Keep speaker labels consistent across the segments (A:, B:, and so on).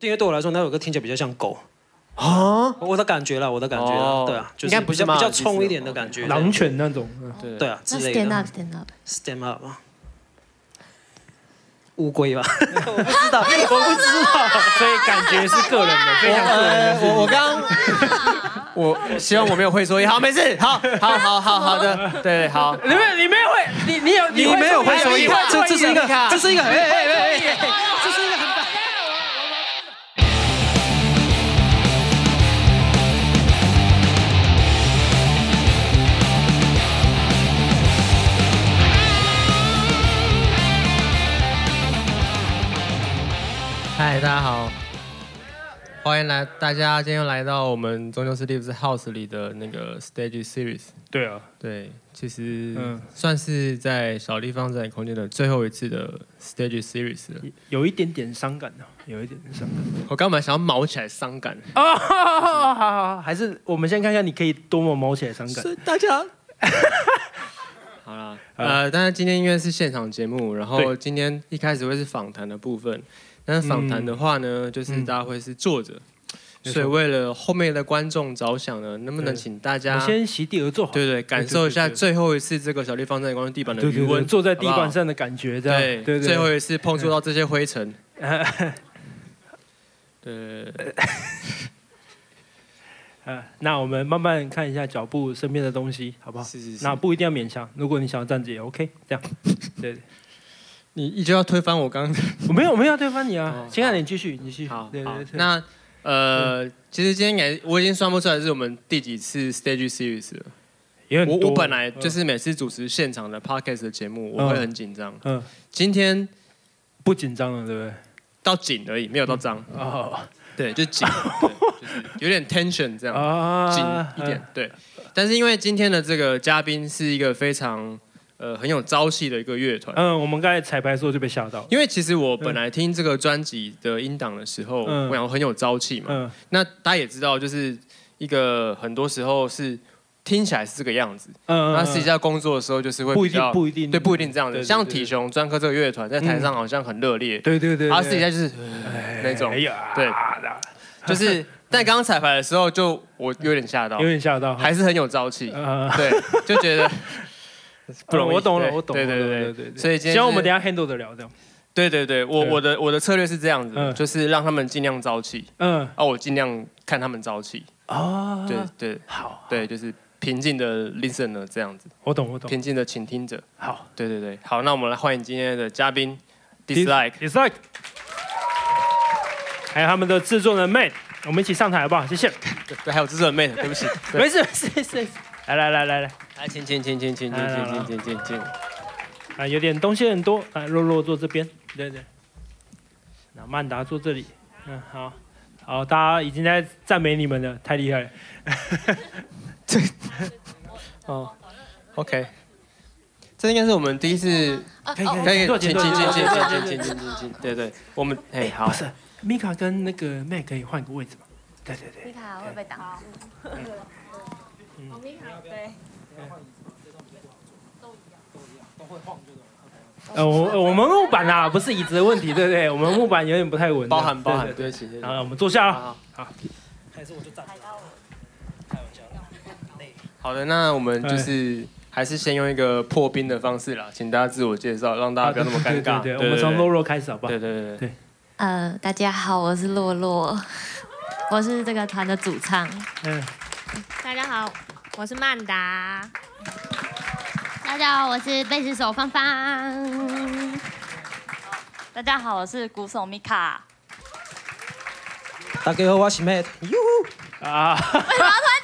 A: 因为对我来说，那首歌听起来比较像狗，
B: 啊，
A: 我的感觉啦，我的感觉啦，
C: 哦
A: 对啊，就
C: 应
A: 是
C: 该
A: 比
C: 不
A: 较
C: 是
A: 比
C: 马
A: 较
C: 尔济斯
A: 冲一
C: 哦
A: 点的感觉，
D: 狼犬那种，嗯
C: 对
A: 对啊之
E: 那
A: 类
E: stand
A: 的
E: up stand up，
A: ，stand up 啊乌龟吧，我不知道，
B: 哎
C: 我不知道， 所以感觉是个人的，非常个人的
B: 呃
C: 事情。
B: 我我刚， 我希望我没有会说音，好，没事，好，好，好，好，好的， 对对，好，
C: 你们你没有会，你你有
B: 你没有会说音
C: 会
A: 这这是一个，这是一个，哎哎哎哎。
B: 嗨，大家好，欢迎来大家，今天又来到我们终究是 Lives House 里的那个 Stage Series。
D: 对啊，
B: 对，其实
D: 嗯
B: 算是在小地方在空间的最后一次的 Stage Series 了。
D: 有一点点伤感的、啊有一点点伤感。
B: 我刚本来想要毛起来伤感，
D: 哦，好好好，还是我们先看看你可以多么毛起来伤感。
B: 以大家。好啦，呃，但是今天因为是现场节目，然后
D: 对
B: 今天一开始会是访谈的部分。但是访谈的话呢，就是大家会是坐着，
D: 嗯没错
B: 所以为了后面的观众着想呢，能不能
D: 对
B: 请大
D: 我
B: 家
D: 先席地而坐好了，
B: 对对感受一下
D: 对对对
B: 最后一次这个小地方在光地板的
D: 对
B: 余
D: 对对，
B: 温，
D: 坐在地
B: 好不好
D: 板上的感觉，这样
B: 对
D: 对对，
B: 最后一次碰触到这些灰 尘。对，
D: 呃，那我们慢慢看一下脚步身边的东西，好不好？
B: 是是是
D: 那不一定要勉强，如果你想要站着也 OK，这样。对，对
B: 你一直要推翻我刚刚。
D: 我没有，我没有要推翻你啊
B: 哦，
D: 亲爱的，你继续，你继续。
B: 好，
D: 对
B: 好
D: 对对。
B: 那呃，其实今天感觉我已经算不出来是我们第几次 stage series 了。
D: 也很
B: 我
D: 多
B: 我本来就
D: 嗯
B: 是每次主持现场的 podcast 的节目，我会很紧张。
D: 嗯
B: 今天
D: 不紧张了，对不对？
B: 到紧而已，没有到张。
D: 哦
B: 对，就紧， 对就是有点 tension 这样。紧
D: 啊
B: 一点，，对。但是因为今天的这个嘉宾是一个非常呃很有朝气的一个乐团，
D: 嗯，我们刚才彩排的时候就被吓到了，
B: 因为其实我本来听这个专辑的音档的时候，
D: 嗯
B: 我想很有朝气嘛。
D: 嗯
B: 那大家也知道，就是一个很多时候是听起来是这个样子，
D: 嗯，
B: 那实际上工作的时候就是会
D: 不一
B: 比较
D: 定不一定，
B: 对不一定这样
D: 对
B: 子。
D: 对
B: 像
D: 对嗯
B: 体雄专科这个乐团在台上好像很热烈，啊
D: 对对对，
B: 然后私底
D: 对
B: 下就是呃那种
D: 哎，呀，
B: 对 就是但刚刚彩排的时候就我有点吓到
D: 有，点吓到，
B: 还是很有朝气，
D: 呃
B: 对，就觉 得不容易。
D: 我懂了，
B: 对
D: 我懂了，
B: 对对
D: 我懂了
B: 对
D: 对对对
B: 所以今天
D: 希望我
B: 是
D: 们等一下 handle 得了这样，
B: 对对对，我
D: 对
B: 我的我的策略是这样子，
D: 嗯
B: 就是让他们尽量朝气，
D: 嗯
B: 啊，我尽量看他们朝气，
D: 啊，
B: 对对
D: 好，
B: 对，就是平静的 listener 这样子，
D: 我懂我懂，
B: 平静的倾听者，
D: 好
B: 对对对，好，那我们来欢迎今天的嘉宾 dislike，
D: dislike，还有他们的制作人 Mate，我们一起上台好不好？谢谢，
B: 对，还有制作人 mate，对不起，对
D: 没事没事没事，没事来来来来来，
B: 来，请请请请请请
D: 来来来
B: 请请请请，
D: 啊，有点东西很多，啊，肉肉坐这边，对对，那曼达坐这里，嗯，好，好，大家已经在赞美你们了，太厉害了，
B: 哦，OK，这应该是我们第一次，
E: 啊
D: 可以
E: 哦
B: 可以，
D: 坐
B: 请
D: 请
B: 请
D: 坐
B: 请请请
D: 坐坐
B: 请请请请，对对，我们哎好
D: 不，是，Mika 跟那个 Mate 可以换个位置吗？对对对，
E: 米卡会被挡住。
F: 嗯
D: 呃，我我们木板啊，不是椅子的问题，对不对？我们木板有点不太稳，
B: 包含包含，
D: 对对
B: 对不起，对
D: 对
B: 不
D: 好，
B: 起
D: 我们坐下
B: 好
D: 了
B: 好。
D: 还是我就站。
B: 好的，那我们就是还是先用一个破冰的方式啦，请大家自我介绍，让大家啊不要那么尴尬。
D: 啊对对对，我们从
B: 对
D: Loro 开始好不好？
B: 对对对对，
E: 呃，大家好，我是洛洛， 我是这个团的主唱。
D: 嗯，
G: 大家好，我是曼达。
F: 大家好，我是贝斯手芳芳。
H: 大家好，我是鼓手米卡。
A: 大家好，我是 Matt，
D: 啊，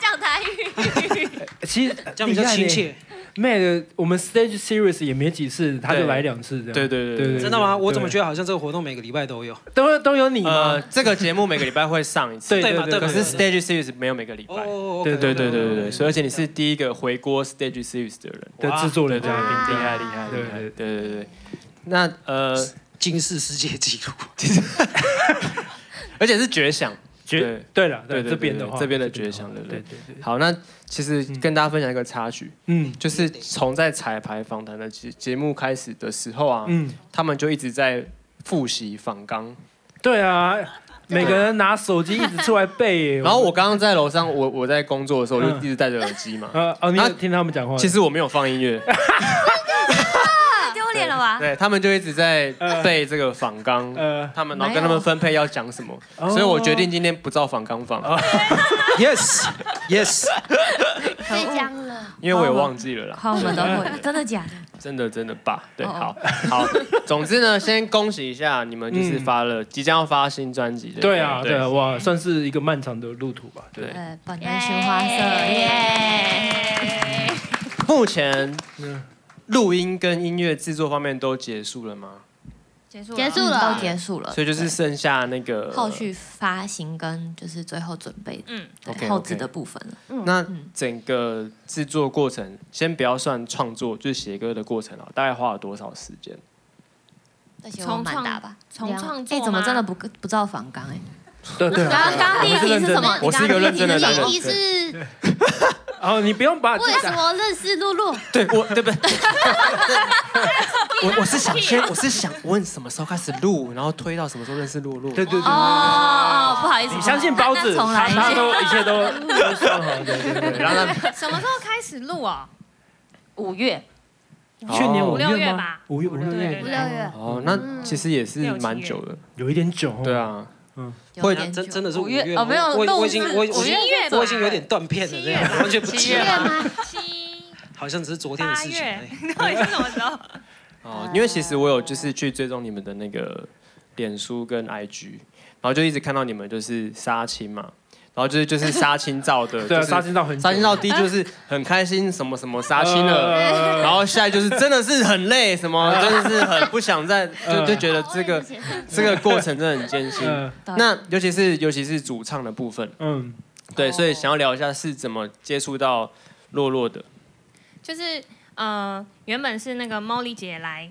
F: 讲台语，
D: 其实
A: 这样比较亲。切。
D: Mad，我们 Stage Series 也没几次，他就来两次这样。
B: 对对对
D: 对
B: 对
D: 对
B: 对。
A: 真的吗？我怎么觉得好像这个活动每个礼拜都有？
D: 都都有你
B: 呃
D: 吗？，
B: 这个节目每个礼拜会上一次，
D: 对
A: 嘛，
D: 对
A: 对
B: 可
A: 嘛。
B: 是
A: 对
B: Stage Series 没有每个礼
A: 哦
B: 拜。
A: 哦，
D: 对
B: 对对对对对，所以而且你
A: 哇
B: 是第一个回锅 Stage Series 的人，
D: 的制作
B: 对对
D: 人啊这
B: 对，厉
D: 样。
B: 害厉害厉害，对对对对。那呃，
A: 金氏世界纪录，
B: 而且是绝响，
D: 绝
B: 对
D: 对了，
B: 对
D: 对
B: 对
D: 这边的
B: 对
D: 话，
B: 这边的绝响
D: 对
B: 对
D: 对
B: 对
D: 对对。
B: 好，那其实跟大家分享一个插曲，
D: 嗯
B: 就是从在彩排访谈的节节目开始的时候啊，
D: 嗯，
B: 他们就一直在复习仿纲，
D: 对啊，每个人拿手机一直出来背 耶。
B: 然后我刚刚在楼上，我我在工作的时候，我就
D: 嗯
B: 一直戴着耳机嘛。
D: 呃 哦，你有
B: 啊
D: 听他们讲话？
B: 其实我没有放音乐，
H: 太丢脸了吧？
B: 对他们就一直在
D: 呃
B: 背这个仿纲，
D: 呃
B: 他们然后跟他们分配要讲什么，
D: 哦
B: 所以我决定今天不照仿纲放，
A: Yes Yes，
F: 被僵了，
B: 因为我也忘记了啦。
E: 哦好，我们都会， 真的假的？
B: 真的真的吧？对，
E: 哦
B: 好好。总之呢，先恭喜一下你们，就是发了，即将要发新专辑。不
D: 对啊，对啊，哇，算是一个漫长的路途吧。
B: 对。
E: 呃，本来循环色，耶！
B: 目前
D: 嗯
B: 录音跟音乐制作方面都结束了吗？
E: 结束嗯
F: 结束了
E: 都结束了，
B: 所以就是剩下那个
E: 呃后。续发行跟就是最后准备，
G: 嗯
E: 嗯，
B: OK，OK
E: 对，后置的部分了。
B: 那
E: 嗯
B: 整个制作过程，先不要算创作，就是写歌的过程啊，大概花了多少时间？
E: 那些我满打吧，
G: 从创啊作
E: 哎，
G: 吗
E: 怎么真的不不照仿纲哎？
D: 对对啊。
F: 刚刚第一题是什么？
B: 我是一个认真的男人。
F: 第一题是
D: 哦，你不用把
F: 为什么认识露露？
B: 对，我对不 对？我我是想先，我是想问什么时候开始录，然后推到什么时候认识洛洛。
D: 对对对，
H: 哦，不好意思，
D: 你相信包子，
E: 那重
D: 他
E: 来
D: 他都一切都都说好的，对对对。
B: 然后他
G: 什么时候开始录哦？
H: 五月
D: 去年五
G: 五六
D: 月
G: 月
D: 吗
G: 吧
D: 五月五六
G: 对
D: 月
G: 对
F: 五六月，
B: 哦，那其实也是蛮久的，
D: 有一点久哦。
B: 对啊，
E: 有
A: 真
E: 点久
A: 真的是
H: 五
A: 五月
H: 月
A: 吗
H: 哦没有
A: 我我
H: 录
A: 已经
H: 制五
A: 我我已
H: 月
A: 经
G: 七月吧
A: 我已经有点断片了，这样
G: 七月吧
A: 完全不记得，
F: 吗？
G: 七
A: 好像只是昨天的
G: 八
A: 事情而
G: 月
A: 已。，
G: 嗯 到底是什么时候？
B: 哦，因为其实我有就是去追踪你们的那个脸书跟 IG，然后就一直看到你们就是杀青嘛，然后就是就是杀青照的，
D: 对啊，
B: 就是
D: 杀青到很久
B: 杀青照第一就是很开心什么什么杀青了。
D: 呃
B: 然后下来就是真的是很累，什么真的是很不想 再，就
D: 呃
B: 就觉得 这个这个过程真的很艰辛。
D: 呃
E: 对
B: 那尤其是尤其是主唱的部分，
D: 嗯，
B: 对，所以想要聊一下是怎么接触到洛洛的。
G: 就是呃，原本是那个 Molly 姐来，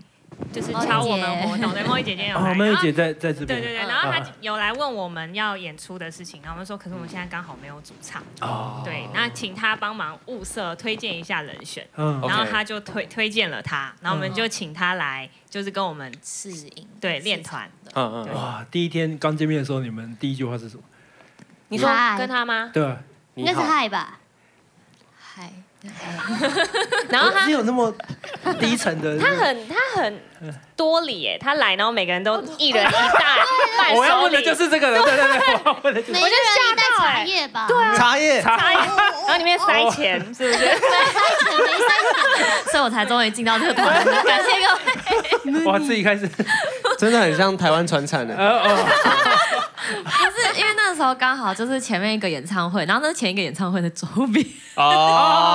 G: 就是
E: ，Molly
G: 敲我们
E: 姐
G: 活动，对，Molly 姐今天有
D: 哦，
G: 来，
D: 妹
G: 然
D: 妹
G: 后
D: 姐在在这
G: 对对对，
D: 边，
G: 然后她
B: 啊
G: 有来问我们要演出的事情，然后我们说，可是我们现在刚好没有主唱，
D: 哦，
G: 对，那请她帮忙物色推荐一下人选，
D: 嗯
B: OK
G: 然后她就推推荐了她，然后我们就请她来，就是跟我们
E: 适应
G: 对练团，
B: 嗯嗯，
D: 哇，第一天刚见面的时候，你们第一句话是什么？
G: 你说
F: 嗨
G: 跟她吗？
D: 对啊，
F: 应
B: 你
F: 该是
B: 好，
F: 嗨吧？
E: 嗨，
G: 然后她
D: 只有那么低沉的，
G: 他很他很多礼耶，他来然后每个人
E: 哦
G: 都一人一袋伴
D: 哦
G: 手礼，
D: 我要问的就是这个人，对对对，我要问的就是
F: 每个人一袋
D: 哎
F: 茶叶吧？对啊，
B: 茶叶，
G: 哎然后里面塞钱，是不是？
E: 所以我才终于进到这个 团，感谢各位。
D: 哇，自己开始，
B: 真的很像台湾传产的。
D: 呃哦，
E: 不是因为那时候刚好就是前面一个演唱会，然后那是前一个演唱会的周边，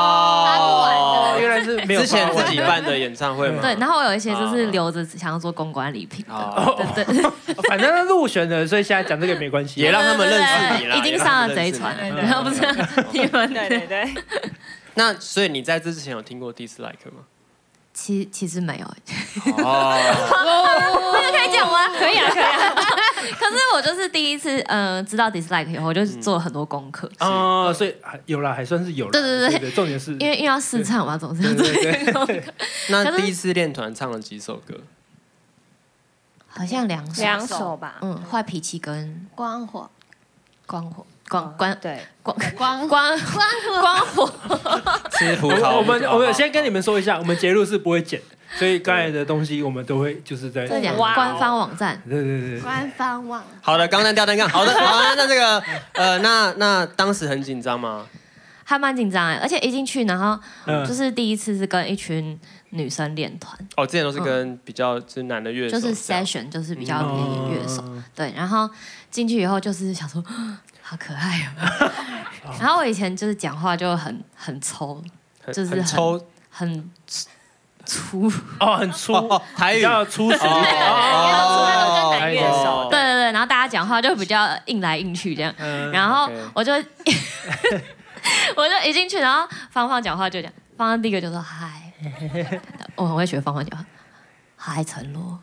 B: 哦
D: 原来是没有
B: 之前
D: 发
B: 自
D: 完
B: 己办的演唱会嘛。
E: 对，然后我有一些就是留着想要做公关礼品
B: 哦
E: 的，对对，
D: 反正入选了，所以现在讲这个也没关系。
B: 也让他们认识你啦，
E: 已经上了贼船了，
B: 也
E: 对
B: 让他
E: 然后
B: 们
E: 不
B: 认识
E: 是
B: 你
E: 你们
G: 对对对，
B: 那所以你在这之前有听过 dislike 吗？
E: 其其实没有，
B: 哦，
E: 可以讲吗？
G: 可以啊，可以啊。
E: 可是我就是第一次，嗯、知道 dislike 以后，我就做了很多功课，
D: 哦，所以还有啦，还算是有啦。
E: 对对对
D: 对重点是
E: 因为因为要试唱嘛，总是要
D: 对
E: 做
D: 对
E: 一
D: 对
E: 个功课。
B: 那第一次练团唱了几首歌？
E: 好像两首，
G: 两首吧，
E: 嗯，坏脾气跟
F: 光火，
E: 光火，光光
G: 对，
E: 光
F: 光
E: 光
F: 光火，
E: 光火，
B: 吃葡萄。
D: 我们我们先跟你
B: 们
D: 们说一下，我们节录是不会剪，所以刚才的东西我们都会就是在
E: 这
D: 对
E: 两个
G: 哇哦
E: 官方网站，
D: 对对对，
F: 官方
D: 哦
F: 网。
B: 好的，刚才吊单杠。好 的，好的，那这个呃，那那当时很紧张吗？
E: 还蛮紧张哎，而且一进去，然后
D: 嗯
E: 就是第一次是跟一群女生练团，
B: 哦，之前都是跟比较就是男的乐手
E: 就
B: 这样，
E: 是 session，就是比较便宜乐手，
D: 嗯
E: 对，然后进去以后就是想说， 好可爱哦。 然后我以前就是讲话就很很抽，
B: 很
E: 就是
B: 很
E: 很
B: 抽
E: 很粗，
D: 哦，哎很粗，
B: 哦，台
D: 比
B: 语
D: 较粗俗。
B: 哦
G: 跟男
D: 哎
G: 乐手
E: 对对对，然后大家讲话就比较硬来硬去这样，
D: 嗯
E: 然后
B: OK
E: 我就 我就一进去，然后芳芳讲话就讲，芳芳第一个就说嗨，我很会学芳芳讲话，嗨陈洛，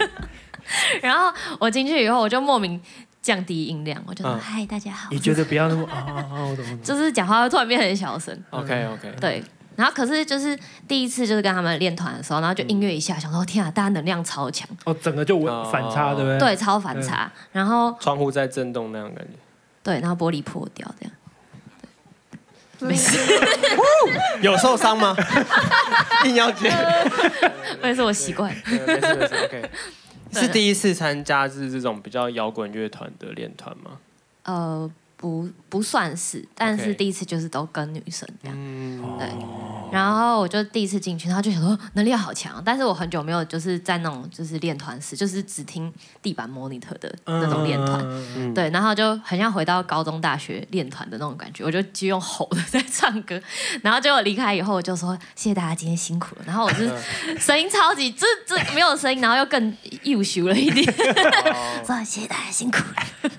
E: 然后我进去以后我就莫名降低音量，我就说
B: 嗯
E: 嗨大家好
D: 也，觉得不要那么啊啊啊，我懂我懂。
E: 就是讲话会突然变很小声，
B: OK OK，
E: 对，然后可是就是第一次就是跟他们练团的时候，然后就音乐一下，想说天啊，大家能量超强，
D: 哦，整个就稳
B: 哦
D: 反差，对不对？
E: 对，，超反差。然后
B: 窗户在震动那样的感觉。
E: 对，然后玻璃破掉这样。
B: 有受伤 吗？硬要接。
E: 我也是我习惯，
B: 呃没事没事，OK。是第一次参加是这种比较摇滚乐团的练团吗？
E: 呃，不不算是，但是
B: OK
E: 第一次就是都跟女生这样。
B: 嗯，
E: 对，然后我就第一次进去，然后就想说能力好强，啊但是我很久没有就是在那种就是练团式，就是只听地板 monitor 的那种练团，
B: 嗯
E: 对，然后就很像回到高中、大学练团的那种感觉，我就就用吼的在唱歌，然后结果离开以后，我就说谢谢大家今天辛苦了，然后我就是
B: 嗯
E: 声音超级这这没有声音，然后又更又熟了一点，说谢谢大家辛苦了，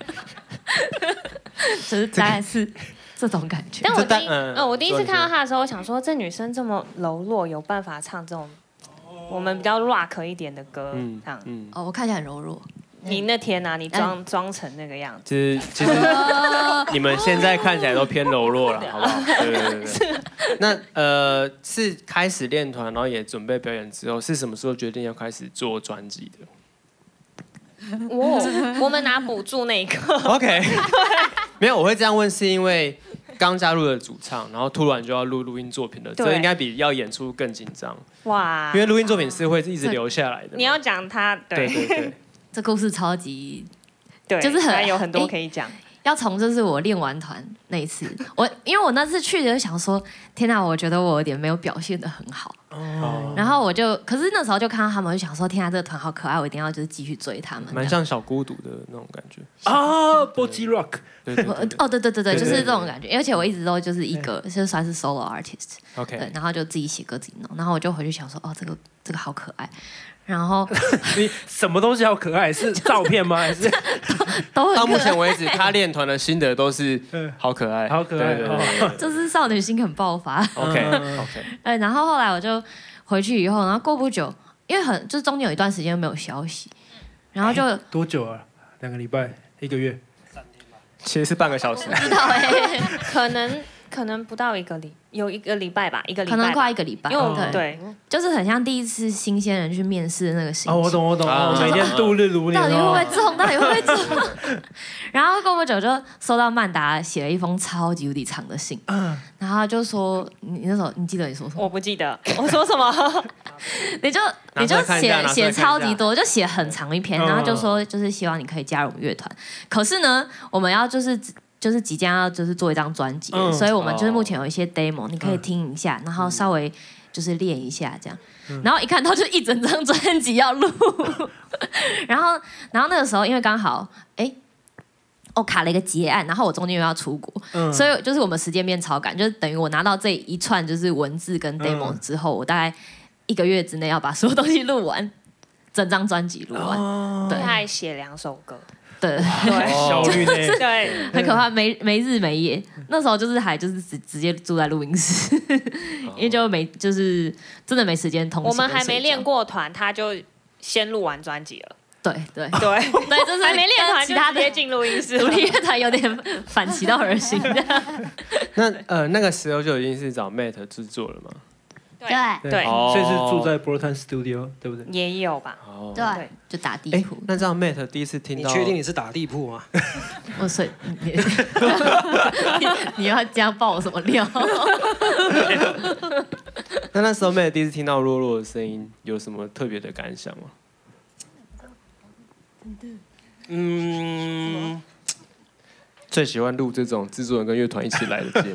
E: 就是大概是这种感觉。
G: 但我
B: 这但
G: 第一，
B: 嗯
G: 嗯，我第一次
B: 你说
G: 看到她的时候，我想说这女生这么柔弱，有办法唱这种我们比较 rock 一点的歌，
B: 嗯
G: 这样。
B: 嗯，
E: 哦，我看起来很柔弱，
G: 你那天啊，你
E: 嗯
G: 装装成那个样子，
B: 其实其实你们现在看起来都偏柔 弱了，好不好？哦对啊对对对。那呃，是开始练团，然后也准备表演之后，是什么时候决定要开始做专辑的
G: 我我们拿补助那一刻，
B: ？OK，没有，我会这样问是因为刚加入的主唱，然后突然就要录录音作品了，
G: 对
B: 这应该比要演出更紧张，
G: 哇
B: 因！为录音作品是会一直留下来的嘛。
G: 你要讲她，
B: 对
G: 对
B: 对 对，
E: 这故事超级
G: 对，
E: 就是很
G: 她有很多
E: 哎
G: 可以讲。
E: 要从就是我练完团那一次，我因为我那次去就想说，天哪、我觉得我有点没有表现的很好，
B: 哦，
E: 然后我就，可是那时候就看到他们，我就想说，天啊，这个团好可爱，我一定要就是继续追他们。
B: 蛮像小孤独的那种感觉。
D: 啊，波基 rock，
B: 对对
E: 我
B: 对对
E: 哦，对对对
B: 对
E: 对，
B: 对
E: 就是这种感觉。而且我一直都就是一个就算是 solo artist，对
B: ，OK，，
E: 然后就自己写歌自己弄，然后我就回去想说，哦，这个这个好可爱，然后
D: 你什么东西好可爱？是照片 吗？还是
E: 都很
B: 到目
E: 可爱
B: 前为止，他练团的心得都是
D: 嗯
B: 好可爱，
D: 好可爱
B: 对对对
A: 哦
B: 对
E: 就是少女心很爆发。
B: OK
D: 嗯
B: OK，
E: 哎，然后后来我就回去以后，然后过不久，因为很就是中间有一段时间没有消息，然后就
D: 多久啊？两个礼拜，一个 月？
B: 其实是半个小时，
E: 知道哎、
G: 可能可能不到一个礼，有一个礼拜吧，一个 礼拜
E: 可
G: 吧，
E: 能快一个嗯礼拜，
G: 因为我们
E: 对，
G: 对
E: 就是很像第一次新鲜人去面试的那个心情。
D: 哦，我懂，我懂，
B: 啊
D: 我每天度日如年
E: 到底会不会
D: 哦。
E: 中？到底会不会中？ 然后过不久就收到曼达写了一封超级无敌长的信，
D: 嗯
E: 然后他就说你你那时候你记得你说什么？
G: 我不记得我说什 么，
E: 你就你就
B: 拿出来看一下拿出来
E: 写
B: 看
E: 写
B: 一下
E: 超级多，就写很长一篇，
D: 嗯
E: 然后就说就是希望你可以加入我们乐团。可是呢，我们要就是就是即将要就是做一张专辑，
D: 嗯
E: 所以我们就是
B: 哦
E: 目前有一些 demo，你可以听一下，然后稍微就是练一下这样。
B: 嗯
E: 然后一看到就一整张专辑要录， 然后然后那个时候因为刚好哎。我、卡了一个结案，然后我中间又要出国，
D: 嗯
E: 所以就是我们时间变超赶，就是等于我拿到这一串就是文字跟 demo
D: 嗯
E: 之后，我大概一个月之内要把所有东西录完，整张专辑录完，
D: 哦
E: 对
G: 他还写两首歌，
E: 对，
A: 哦
G: 对
D: 效率呢？
G: 对，
E: 很可怕，没没日没夜。那时候就是还就是直直接住在录音室，
B: 哦
E: 因为就没就是真的没时间通勤
G: 我们
E: 跟
G: 还
E: 睡
G: 没
E: 觉
G: 练，过团，他就先录完专辑了，
E: 对对
G: 对，
E: 对，就是
G: 还没练 团
E: 跟其
G: 就
E: 他
G: 直
E: 的
G: 接进录音室
E: 独
G: 了，
E: 立乐团有点反其道而 行的。
B: 那呃那个时候就已经是找 Mate 制作了嘛，
F: 对
G: 对
B: 哦
D: 所以是住在 Broton Studio，对不对？
G: 也有吧，
B: 哦，
F: 对，
E: 就打地
B: 哎
E: 铺，，
B: 那这样 Mate 第一次听
A: 你
B: 到，
A: 确定你是打地铺吗？
E: 我睡，你 你你 要这样爆我什么料？
B: 那那时候 Mate 第一次听到弱弱的声音，有什么特别的感想吗？
A: 嗯，
B: 最喜欢录这种制作人跟乐团一起来的节 目，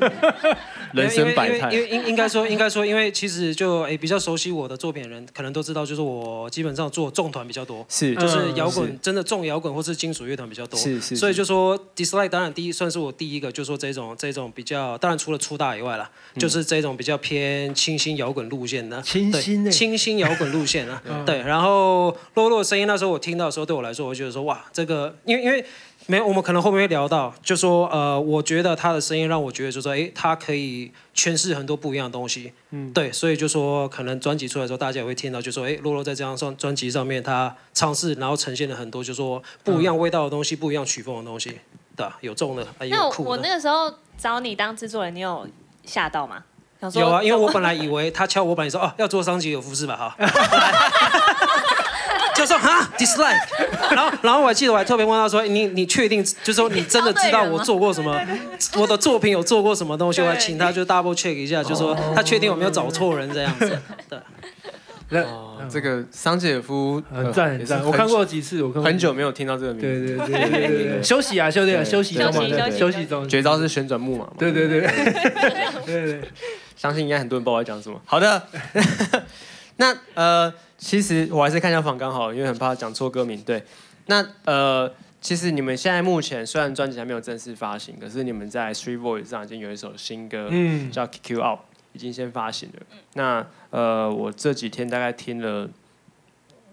B: 人生百态
A: 因，为因为因为因为应该说应该说，因为其实就哎诶比较熟悉我的作品的人，可能都知道，就是我基本上做重团比较多。
B: 是
A: 就
D: 嗯
A: 是摇滚，真的重摇滚或是金属乐团比较多，
B: 是是
A: 所以
B: 是
A: 就说 dislike 当然第一算是我第一个，就说这种这种比较，当然除了出大以外啦，
B: 嗯
A: 就是这种比较偏清新摇滚路线的，
D: 清
A: 对
D: 新欸
A: 清新摇滚路线啊，对。然后洛洛的声音那时候我听到的时候，对我来说，我就觉得说哇，这个因为因为。没有，我们可能后面会聊到，就说呃，我觉得他的声音让我觉得就说，诶，他可以诠释很多不一样的东西，嗯，对，所以就说可能专辑出来之后，大家也会听到，就说，诶，洛洛在这张专专辑上面，他尝试然后呈现了很多就说不一样味道的东西，不一样曲风的东西，对吧？有重的，还
G: 那
A: 有
G: 我
A: 酷
G: 我
A: 的
G: 那。个时候找你当制作人，你有吓到吗？想说
A: 有啊，因为我本来以为他敲我板，你说哦 要做桑吉有服饰吧哈， 就说哈 dislike，然后然后我还记得我还特别问他说你你确定就是说你真的知道我做过什么，我的作品有做过什么东西，我还请他就 double check 一下，就说他确定我没有找错人这样 子，对，
B: 那、这个桑姐夫呃
D: 很赞很赞，我看过几次，我看过
B: 很久没有听到这个名字。
D: 对对对对对对休息啊休息啊休息中嘛对休息中
B: 绝招是旋转木马嘛。
D: 对对对
B: 对对，相信应该很多人不知道我在讲什么。好的， 那呃，其实我还是看一下访纲好了，因为很怕讲错歌名。对，那呃，其实你们现在目前虽然专辑还没有正式发行，可是你们在 Three Voice 上已经有一首新歌，
D: 嗯
B: 叫《Kick You Out》，已经先发行了。那呃，我这几天大概听了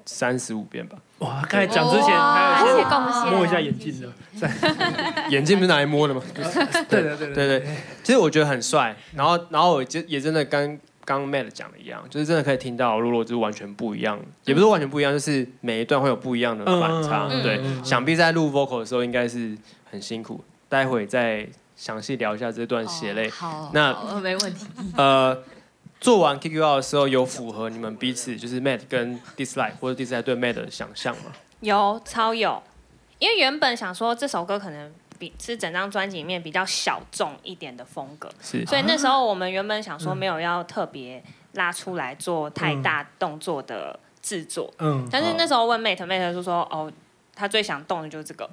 B: 三十五遍吧。
D: 哇，刚才讲之前还有摸一下眼镜的，
B: 眼镜不是拿来摸的吗？
D: 对的对的
B: 对对，其实我觉得很帅。然后，然后我就也真的跟刚 Matt 讲的一样，就是真的可以听到露露就是完全不一样，也不是完全不一样，就是每一段会有不一样的反差。
C: 嗯嗯嗯
B: 对，
C: 嗯嗯
B: 想必在录 vocal 的时候应该是很辛苦，待会再详细聊一下这段血
C: 哦
B: 泪。
E: 哦好，
B: 那
E: 好没问题。
B: 呃，做完 Kick You Out 的时候，有符合你们彼此就是 Matt 跟 Dislike 或者 Dislike 对 Matt 的想象吗？
G: 有超有，因为原本想说这首歌可能比是整张专辑里面比较小众一点的风格，
B: 是
G: 所以
A: 啊
G: 那时候我们原本想
A: 嗯
G: 说没有要特别拉出来做太大动作的制作，
D: 嗯
G: 但是那时候问 Mate Mate 就说哦，他最想动的就是这个，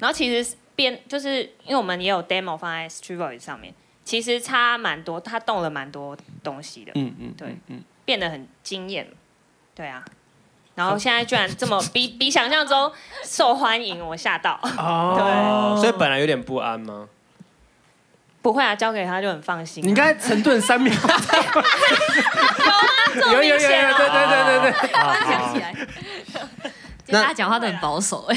G: 然后其实变就是因为我们也有 demo 放在 Street Voice 上面，其实差蛮多，他动了蛮多东西的，
B: 嗯嗯，
G: 对，
B: 嗯。
G: 变得很惊艳，对啊。然后现在居然这么比比想象中受欢迎，我吓到。
B: 哦，所以本来有点不安吗？
G: 不会啊，交给他就很放心、
D: 你刚才沉顿三秒，有有有有，对对对对对，
E: 把它讲起来。 今天大家讲话都很保守哎、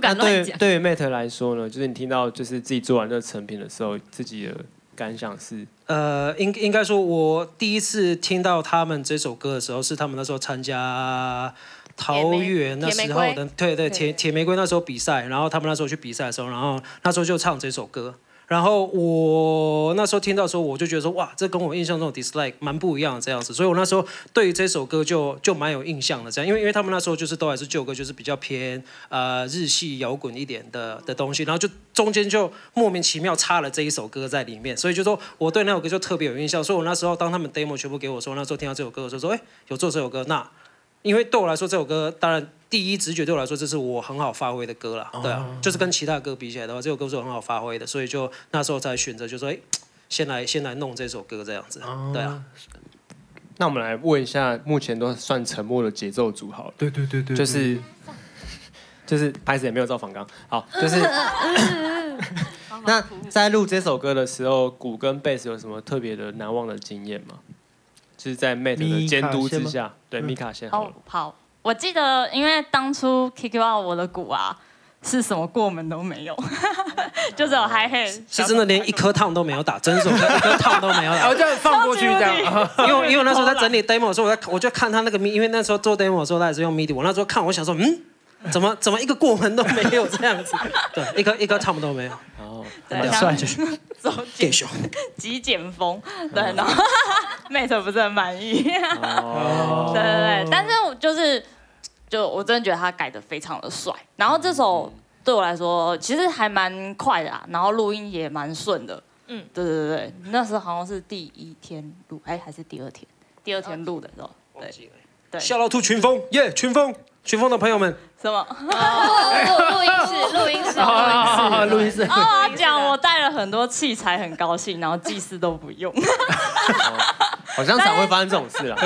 B: 那
E: 敢
B: 对
E: 乱
B: 于
E: 讲。
B: 对于 Mate 来说呢，就是你听到就是自己做完这个成品的时候，自己的感想是，
A: 呃，应应该说，我第一次听到他们这首歌的时候，是他们那时候参加桃园那时候
C: 铁玫
A: 的
C: 瑰，
A: 对对，铁铁玫瑰那时候比赛，然后他们那时候去比赛的时候，然后那时候就唱这首歌。然后我那时候听到的时候，我就觉得说，哇，这跟我印象中的 dislike 蛮不一样的这样子，所以我那时候对于这首歌就就蛮有印象的这样，因为因为他们那时候就是都还是旧歌，就是比较偏呃日系摇滚一点的的东西，然后就中间就莫名其妙插了这一首歌在里面，所以就说我对那首歌就特别有印象，所以我那时候当他们 demo 全部给我说，那时候听到这首歌，我就说，哎，有做这首歌，那因为对我来说这首歌，当然 第一直觉对我来说这是我很好发挥的歌啦，对啊，就是跟其他歌比起来的话，这首歌是我很好发挥的，所以就那时候才选择就说，哎，先来先来弄这首歌这样子，对啊。
B: 那我们来问一下，目前都算沉默的节奏组好了，
D: 对对对对，
B: 就是就是拍子也没有照仿纲，好，就是 那在录这首歌的时候，鼓跟贝斯有什么特别的难忘的经验吗？就是在 Mate 的监督之
C: 米卡先
B: 下，
D: 嗯
B: 对米卡先好
I: 哦
B: 了，，
I: 好，我记得，因为当初 Kick You Out 我的鼓啊，是什么过门都没有， 就只有 Hi Hat。
A: 是真的连一颗烫都没有打，整首歌一颗烫都没有打，
D: 然后这样放过去这样，啊
A: 因为我因为我那时候在整理 demo 的时候，我在我就看他那个 midi，因为那时候做 demo 的时候他也是用 midi，我那时候看我想说，嗯，怎么怎么一个过门都没有这样子，对，一颗一颗唱都没有，
B: 哦，
I: 对，
A: 就是
I: 走
A: 给熊，
I: 极简风，对，
D: 嗯
I: 然后 Mate 不是很满意，
B: 哦
I: 对对对，但是我就是，就我真的觉得他改的非常的帅，然后这
D: 嗯
I: 首对我来说其实还蛮快的、啊，然后录音也蛮顺的，
G: 嗯，
I: 对对对，那时候好像是第一天录，哎，还是第二天，第二天录的时候，对，对，
A: 笑到吐群峰，耶，群峰，群峰的朋友们，
I: 什么？
F: 哦
H: 录音 室，录音室，录音室。
D: 录音室，
I: 哦，讲我带了很多器材，很高兴，然后祭祀都不 用。
B: 好像常会发生这种 事啦。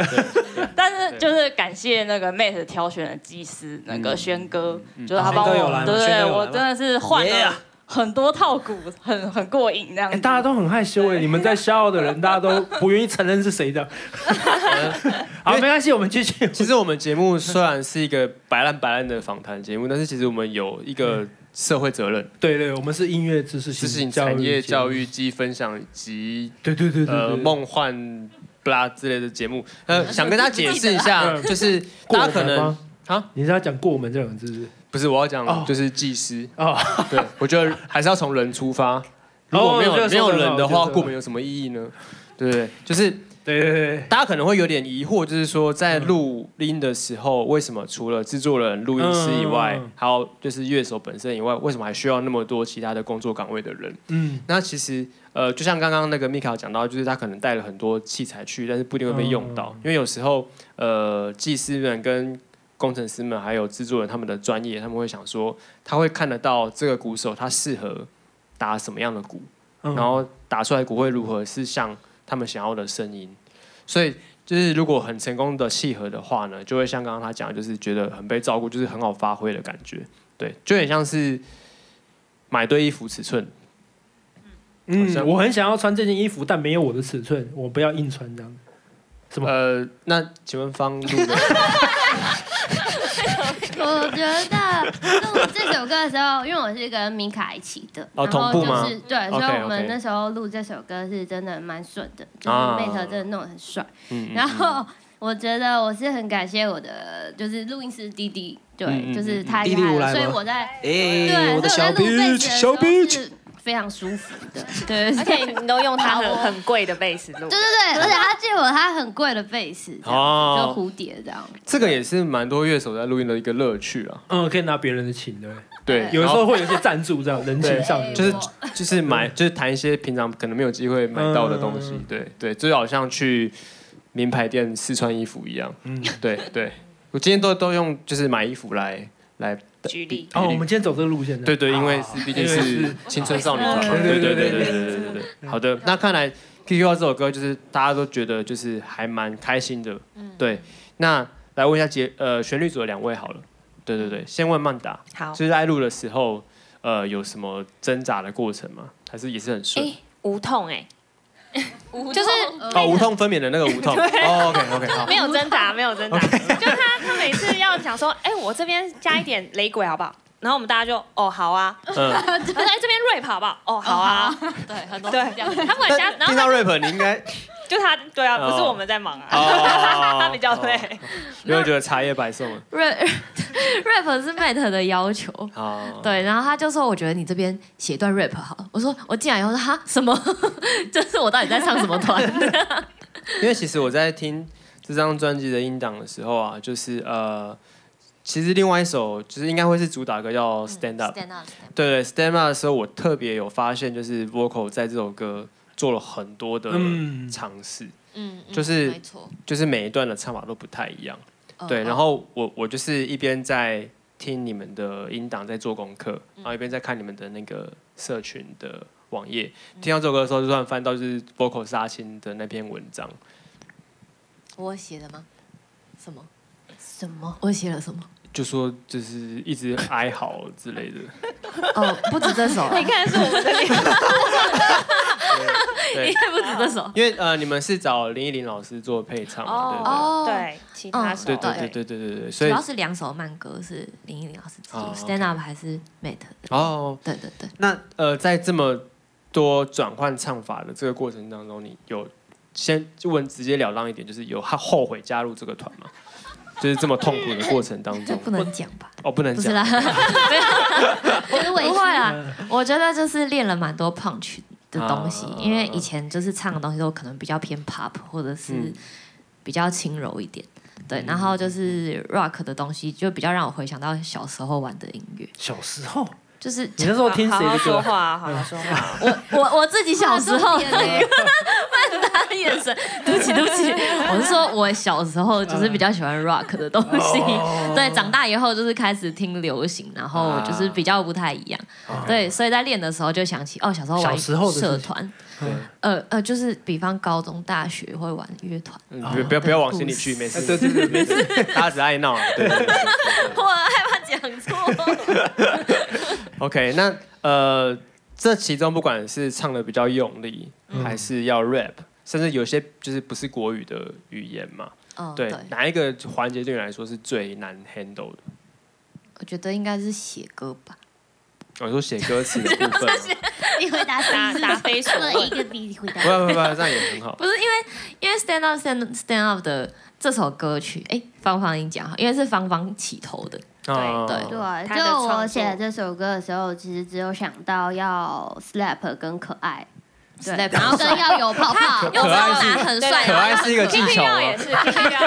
B: 对
I: 但是就是感谢那个 Mate 挑选的技师，那
A: 嗯
I: 个轩哥，就是他
A: 啊
I: 帮
A: 轩哥有来吗
I: 我，对
A: 轩哥有
I: 对，
A: 来吗
I: 我真的是换
A: Yeah
I: 了很多套鼓，很很过瘾这样
D: 哎，
I: 子。
D: 大家都很害羞哎，你们在笑的人，大家都不愿意承认是谁的。好，没关系，我们继续。
B: 其实我们节目虽然是一个白烂白烂的访谈节目，但是其实我们有一
D: 嗯
B: 个社会责任，
D: 对对，我们是音乐知识
B: 就是
D: 型
B: 产业教
D: 育，
B: 育及分享及
D: 对对对对
B: 呃
D: 对，
B: 梦幻不啦之类的节目。呃，想跟大家解释一下，
D: 嗯
B: 就是
D: 过
B: 大家
D: 门
B: 可能
D: 吗
B: 啊，
D: 你是要讲过门这两个字是不是？
B: 不是我要
D: 哦
B: 讲，就是技 师。
D: 哦，
B: 对，我觉得还是要从人出发。如果没有
D: 这个
B: 没有
D: 哦说得很好
B: 人的话，
D: 这个说得很好
B: 过门有什么意义呢？对不对？就是对对对，大家可能会有点疑惑，就是说在录音的时候，为什么除了制作人、录音师以外，
D: 嗯
B: 还有就是乐手本身以外，为什么还需要那么多其他的工作岗位的人？
D: 嗯，
B: 那其实呃，就像刚刚那个米卡讲到，就是他可能带了很多器材去，但是不一定会被用到，因为有时候呃，技师们跟工程师们还有制作人他们的专业，他们会想说，他会看得到这个鼓手他适合打什么样的鼓，
D: 嗯
B: 然后打出来的鼓会如何是像他们想要的声音，所以。就是如果很成功的契合的话呢，就会像刚刚他讲的，就是觉得很被照顾，就是很好发挥的感觉。对，就很像是买对衣服尺寸，好
D: 嗯，
B: 像
D: 我很想要穿这件衣服，但没有我的尺寸，我不要硬穿这样。什么？
B: 呃，那请问方 路的
F: 我觉得录这首歌的时候，因为我是跟米卡一起的，
B: 哦
F: 然
B: 同
F: 后
B: 步
F: 就
B: 吗
F: 是对，
B: OK，
F: 所以我
B: OK
F: 们那时候录这首歌是真的蛮顺的，就是
B: 啊
F: Mate 真的弄得很帅。
B: 嗯
F: 然后我觉得我是很感谢我的就是录音师弟弟，
A: 嗯嗯
F: 对，
A: 嗯
F: 就是他
A: 弟弟
F: 害
A: 我
F: 了，
A: 来
F: 所以
A: 吗
F: 我在
A: 哎，
F: 对，
A: 我的
F: 所以
A: 小
F: 我在录贝
A: bitch，
F: 斯的时
A: 小
F: 候
A: bitch，
F: 是非常舒服的， 对，
G: 而且你都用它很很贵的贝斯录
F: 对，对 对，而且他借我他很贵的贝斯，这样子就
B: 哦
F: 蝴蝶这样。
B: 这个也是蛮多乐手在录音的一个乐趣啊。
D: 嗯，可以拿别人的琴对不对。
B: 对，
F: 哎
D: 有时
B: 然
D: 候
B: 后
D: 会有一些赞助这样，人情上的
B: 就是就是买就是谈一些平常可能没有机会买到的东西。
D: 嗯
B: 对对，就好像去名牌店试穿衣服一样。
D: 嗯
B: 对对，我今天都都用就是买衣服来来
G: 举例。
D: 哦，我们今天走这个路线的。
B: 对对，因为是毕竟
D: 因为
B: 是
D: 是
B: 青春少女团嘛，
D: 对
B: 对哦对
D: 对对
B: 对对对对对对。好的，那看来《PQ 二》这首歌就是大家都觉得就是还蛮开心的，对。那来问一下节呃旋律组的两位好了，对对对，先问曼达，
G: 好，
B: 就是在录的时候呃有什么挣扎的过程吗？还是也是很顺？
G: 哎，无痛哎，
E: 就是
B: 哦，无痛分娩的那个无痛。哦，OK OK，好
G: 没。有挣
B: 哦
G: 扎，没有挣扎。 就他他每次要讲说，哎，我这边加一点雷鬼好不好？然后我们大家就哦好啊，
B: 嗯，
G: 他说哎这边 rap 好不好？哦好啊，
E: 对很多
G: 对
E: 是这样，
G: 他管 加，
B: 但
G: 然后
B: 听到 rap 你应该
G: 就他对啊，
B: 哦
G: 不是我们在忙啊，
B: 哦
G: 他比较累。
B: 有没有觉得茶叶白送了？
E: rap rap 是 Matt 的要求。
B: 好，
E: 对，然后他就说：“我觉得你这边写一段 rap 好了。”我说：“我进来以后说哈什么？ 就是我到底在唱什么团？”
B: 因为其实我在听这张专辑的音档的时候啊，就是呃，其实另外一首就是应该会是主打歌叫《Stand Up》，
E: Stand up，
B: 对对，《Stand Up》的时候，我特别有发现，就是 vocal 在这首歌做了很多的
D: 嗯
B: 尝试，
E: 嗯，嗯
B: 就是
E: 没错，
B: 就是每一段的唱法都不太一样。
E: 嗯
B: 对，
E: 嗯
B: 然后我我就是一边在听你们的音档，在做功课，然后一边在看你们的那个社群的网页。听到这首歌的时候，就突然翻到就是 vocal 杀青的那篇文章。
E: 我写的吗？什么？
F: 什么？
E: 我写了什么？
B: 就说就是一直哀嚎之类的，
E: 哦，不止这 首啊，
G: 你看是我们 这边，
B: 对，
E: 不止这首。
B: 因为呃，你们是找林依林老师做配唱嘛，
E: 哦，
G: 对，其他手
B: 嗯对不
E: 哦
B: 对对对对对对对，
E: 主
B: 所以
E: 要是两首慢歌是林依林老师制
B: 哦
E: 作，Stand Up 还是 Mate 的？
B: 哦，
E: 对对对，
B: 那呃，在这么多转换唱法的这个过程当中，你有先就问直截了当一点，就是有他后悔加入这个团吗？ 就是这么痛苦的过程当
E: 这
B: 中，
E: 不能讲吧？
B: 哦，不能
E: 不是
B: 讲，
E: 啦，
F: 我是委
E: 不
F: 屈
E: 会啦。我觉得就是练了蛮多 punch 的东西
D: 哦
B: 啊，
E: 因为以前就是唱的东西都可能比较偏 pop 或者是
B: 嗯
E: 比较轻柔一点。
D: 嗯
E: 对，然后就是 rock 的东西，就比较让我回想到小时候玩的音乐，
D: 小时候，
E: 就是
D: 你那时候听谁
G: 好好
D: 的
G: 说
D: 歌？
G: 话啊，
B: 嗯
G: 好好说话啊。
E: 我我我自己小时候
F: 画重点
D: 欸
F: 嘞
E: 他的眼神，对不起，对不起，我是说我小时候就是比较喜欢 rock 的东西，
D: 哦
E: 对，长大以后就是开始听流行，然后
D: 啊
E: 就是比较不太一样，对，所以在练的时候就想起哦，小时候玩
D: 小时候的事情
E: 社团，
B: 对，
E: 呃呃，就是比方高中、大学会玩乐 团，
B: 嗯不要不要不要往心里去，没 事，对对对，没事，大家只爱闹啊，对对对对。
E: 我害怕讲 错，
B: OK，那呃，这其中不管是唱的比较用力，还是要 rap，甚至有些就是不是国语的语言嘛，
E: 嗯，
B: 对，
E: 对，
B: 哪一个环节对你来说是最难 handle 的？
E: 我觉得应该是写歌吧，
B: 我、哦说写歌词的部分吗，
F: 你回答
G: 答
F: 打
G: 答
F: 打
G: 非所
F: 做
G: 问
F: 了一个比回答
B: 不。不不，这样也很好。
E: 不是因为因为 stand up stand stand up 的这首歌曲，哎，芳芳你讲哈，因为是芳芳起头的，
B: 啊
E: 对对
F: 对，
G: 他
F: 就
G: 的创
F: 我
G: 作
F: 写这首歌的时候，其实只有想到要 slap 跟可爱，
E: 实在不
F: 然后跟要有泡泡，
E: 又
B: 可爱是
E: 很帅，
B: 可爱是一个技巧哦。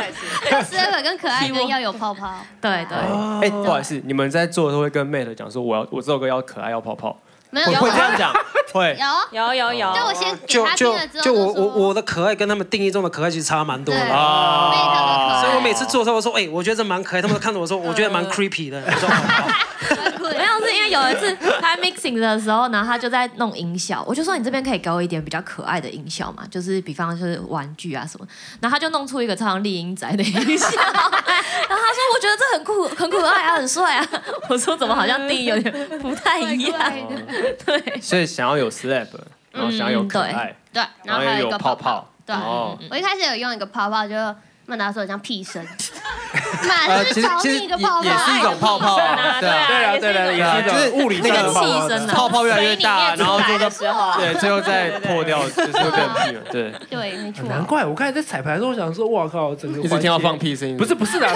F: ，server 跟可 爱跟要有泡泡，
E: 对对，
B: 哎，不好意思，你们在做的时候会跟 Mate 讲说我要我这首歌要可爱要泡泡，
F: 没有
B: 会会这样讲，会。
F: 有啊
G: 有有有，
F: 就我先给
A: 哦就
F: 他听
A: 就
F: 了之后
A: 就
F: 就
A: 我
F: 说，
A: 我我的可爱跟他们定义中的可爱其实差蛮多的
F: 对
A: 啊，所以我每
B: 哦
A: 次做的时候我说，哎，我觉得这蛮可爱，他们都看着我说，我觉得
F: 嗯
A: 蛮 creepy 的，我说
E: 没有，是因为有一次他 mixing 的时候，然后他就在弄音效，我就说你这边可以给我一点比较可爱的音效嘛，就是比方就是玩具啊什么，然后他就弄出一个超像丽英仔的音效， 然后他说我觉得这很酷，很可爱啊，很帅啊， 我说怎么好像第一有点不太一样，
B: 所以想要有 slap，然后想要有可爱，
F: 对，然后还
B: 也
F: 有一
B: 有
F: 个
B: 泡泡，
F: 对
B: 哦，
F: 我一开始有用一个泡泡，就曼达说很像屁 声，
B: 呃
F: 满
B: 其
F: 是
B: 实
F: 朝
B: 其实
F: 另一个泡泡，
B: 也也是一种泡泡啊对啊对啊对啊也是一种
C: 就是
B: 物理上的泡泡
C: 那个气声啊
B: 泡泡越来越大，
C: 从水里面
B: 然后
C: 出来
B: 最后
C: 的时候
B: 对，最后再破掉，就是会变屁了，对。
F: 对，没错。
D: 难怪我刚才在彩排的时候，我想说，哇靠，整个
B: 一直听到放屁声音，
D: 不是不是的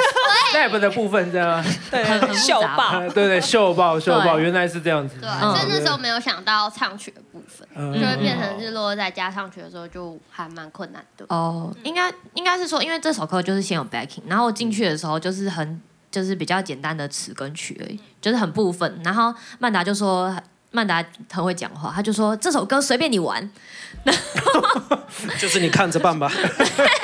D: ，step 的部分这样，
G: 对，秀 爆，
D: 对对，秀爆秀爆，
F: 对
D: 原来是这样子，
F: 对，啊所以那时候没有想到唱曲的部分，
D: 嗯
F: 就会变成日落再加上曲的时候就还蛮困难的。
E: 哦，应该应该是说，因为这首歌就是先有 backing，然后我进去的时候就是很就是比较简单的词跟曲而已，就是很部分。然后曼达就说，曼达很会讲话，他就说这首歌随便你玩，
A: 就是你看着办吧。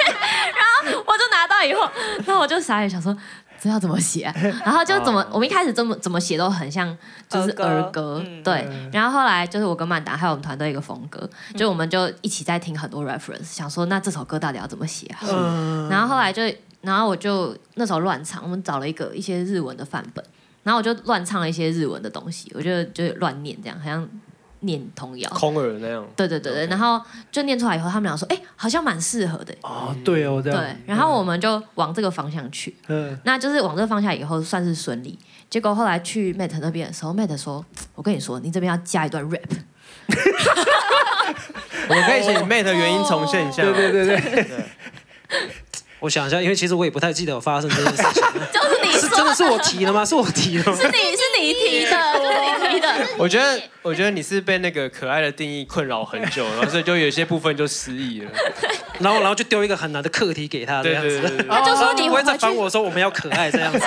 E: 我就拿到以后，然后我就傻眼想说。这要怎么写啊、然后就怎么，我们一开始怎么怎么写都很像，就是
G: 儿歌嗯
E: 儿歌，对。然后后来就是我跟曼达还有我们团队一个峰哥，就
G: 嗯
E: 我们就一起在听很多 reference，想说那这首歌到底要怎么写啊？
C: 嗯
E: 然后后来就，然后我就那时候乱唱，我们找了一个一些日文的范本，然后我就乱唱了一些日文的东西，我就就乱念这样，好像念童谣。
B: 空耳那样。
E: 对对对对，然后就念出来以后，他们俩说：“哎、好像蛮适合的。”
D: 哦，对哦，这样，
E: 对，然后我们就往这个方向去，
D: 嗯，
E: 那就是往这个方向以后算是顺利。结果后来去 Mate 那边的时候，Mate 说：“我跟你说，你这边要加一段 rap。
B: 我们可以请 Mate 的原因重现一下。对
D: 对对对。
A: 我想一下，因为其实我也不太记得有发生这件事情。
E: 就是你
A: 是真的是我提的吗？是我提的吗？
E: 是你是你 提的，是你提的。
B: 我觉得，我觉得你是被那个可爱的定义困扰很久，然后所以就有些部分就失忆了。
A: 然后然后就丢一个很难的课题给他这样
B: 对对对
A: 子
B: 对，
E: 他
F: 哦
E: 就说你
A: 不会
E: 回
A: 再
E: 去
A: 烦我说我们要可爱这样子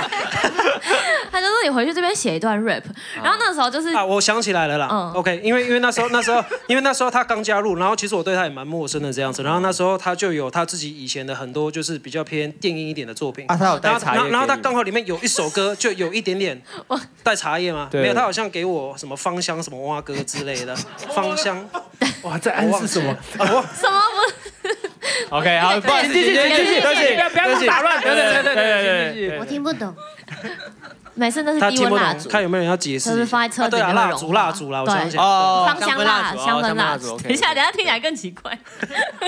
E: 他就说：“你回去这边写一段 rap。”然后那时候就是
A: 啊，我想起来了啦。
E: 嗯
A: OK，因为因为那时候那时候 因为那时候他刚加入，然后其实我对他也蛮陌
E: 嗯
A: 生的这样子，然后那时候他就有他自己以前的很多就是比较偏电音一点的作品
B: 啊他有带
A: 然后
B: 茶叶
A: 然后然后
B: 给
A: 他
B: 你
A: 刚好里面有一首歌就有一点 点带茶叶吗？
B: 对
A: 没有，他好像给我什么芳香什么蛙哥之类 的芳香，
D: 哇，这暗示什么？
E: 什么不
B: OK，好，不好意思，
D: 继续
B: 继续
D: 继
B: 继
D: 续
B: 续对不起
D: 不要不要
B: 对不起
D: 打乱
B: 对对对
D: 对对
B: 对对
D: 对
B: 对
F: 我
B: 对。
F: 听不懂，
E: 没事，那是
A: 他
E: 低
A: 听
E: 温
A: 不
E: 蜡
A: 懂，
E: 烛，
A: 看有没有人要解释一
E: 就
A: 下。
E: 是放在车
A: 啊
E: 子
A: 对
E: 里
A: 啊，
E: 面
A: 蜡
E: 融
A: 烛
E: 化
A: 蜡烛啦，我想起来。
B: 哦
E: 芳香蜡、
B: 香
E: 氛
B: 氛
E: 蜡
B: 蜡烛
E: 烛。
B: 哦，
E: 等一下，等一下听起来更奇怪，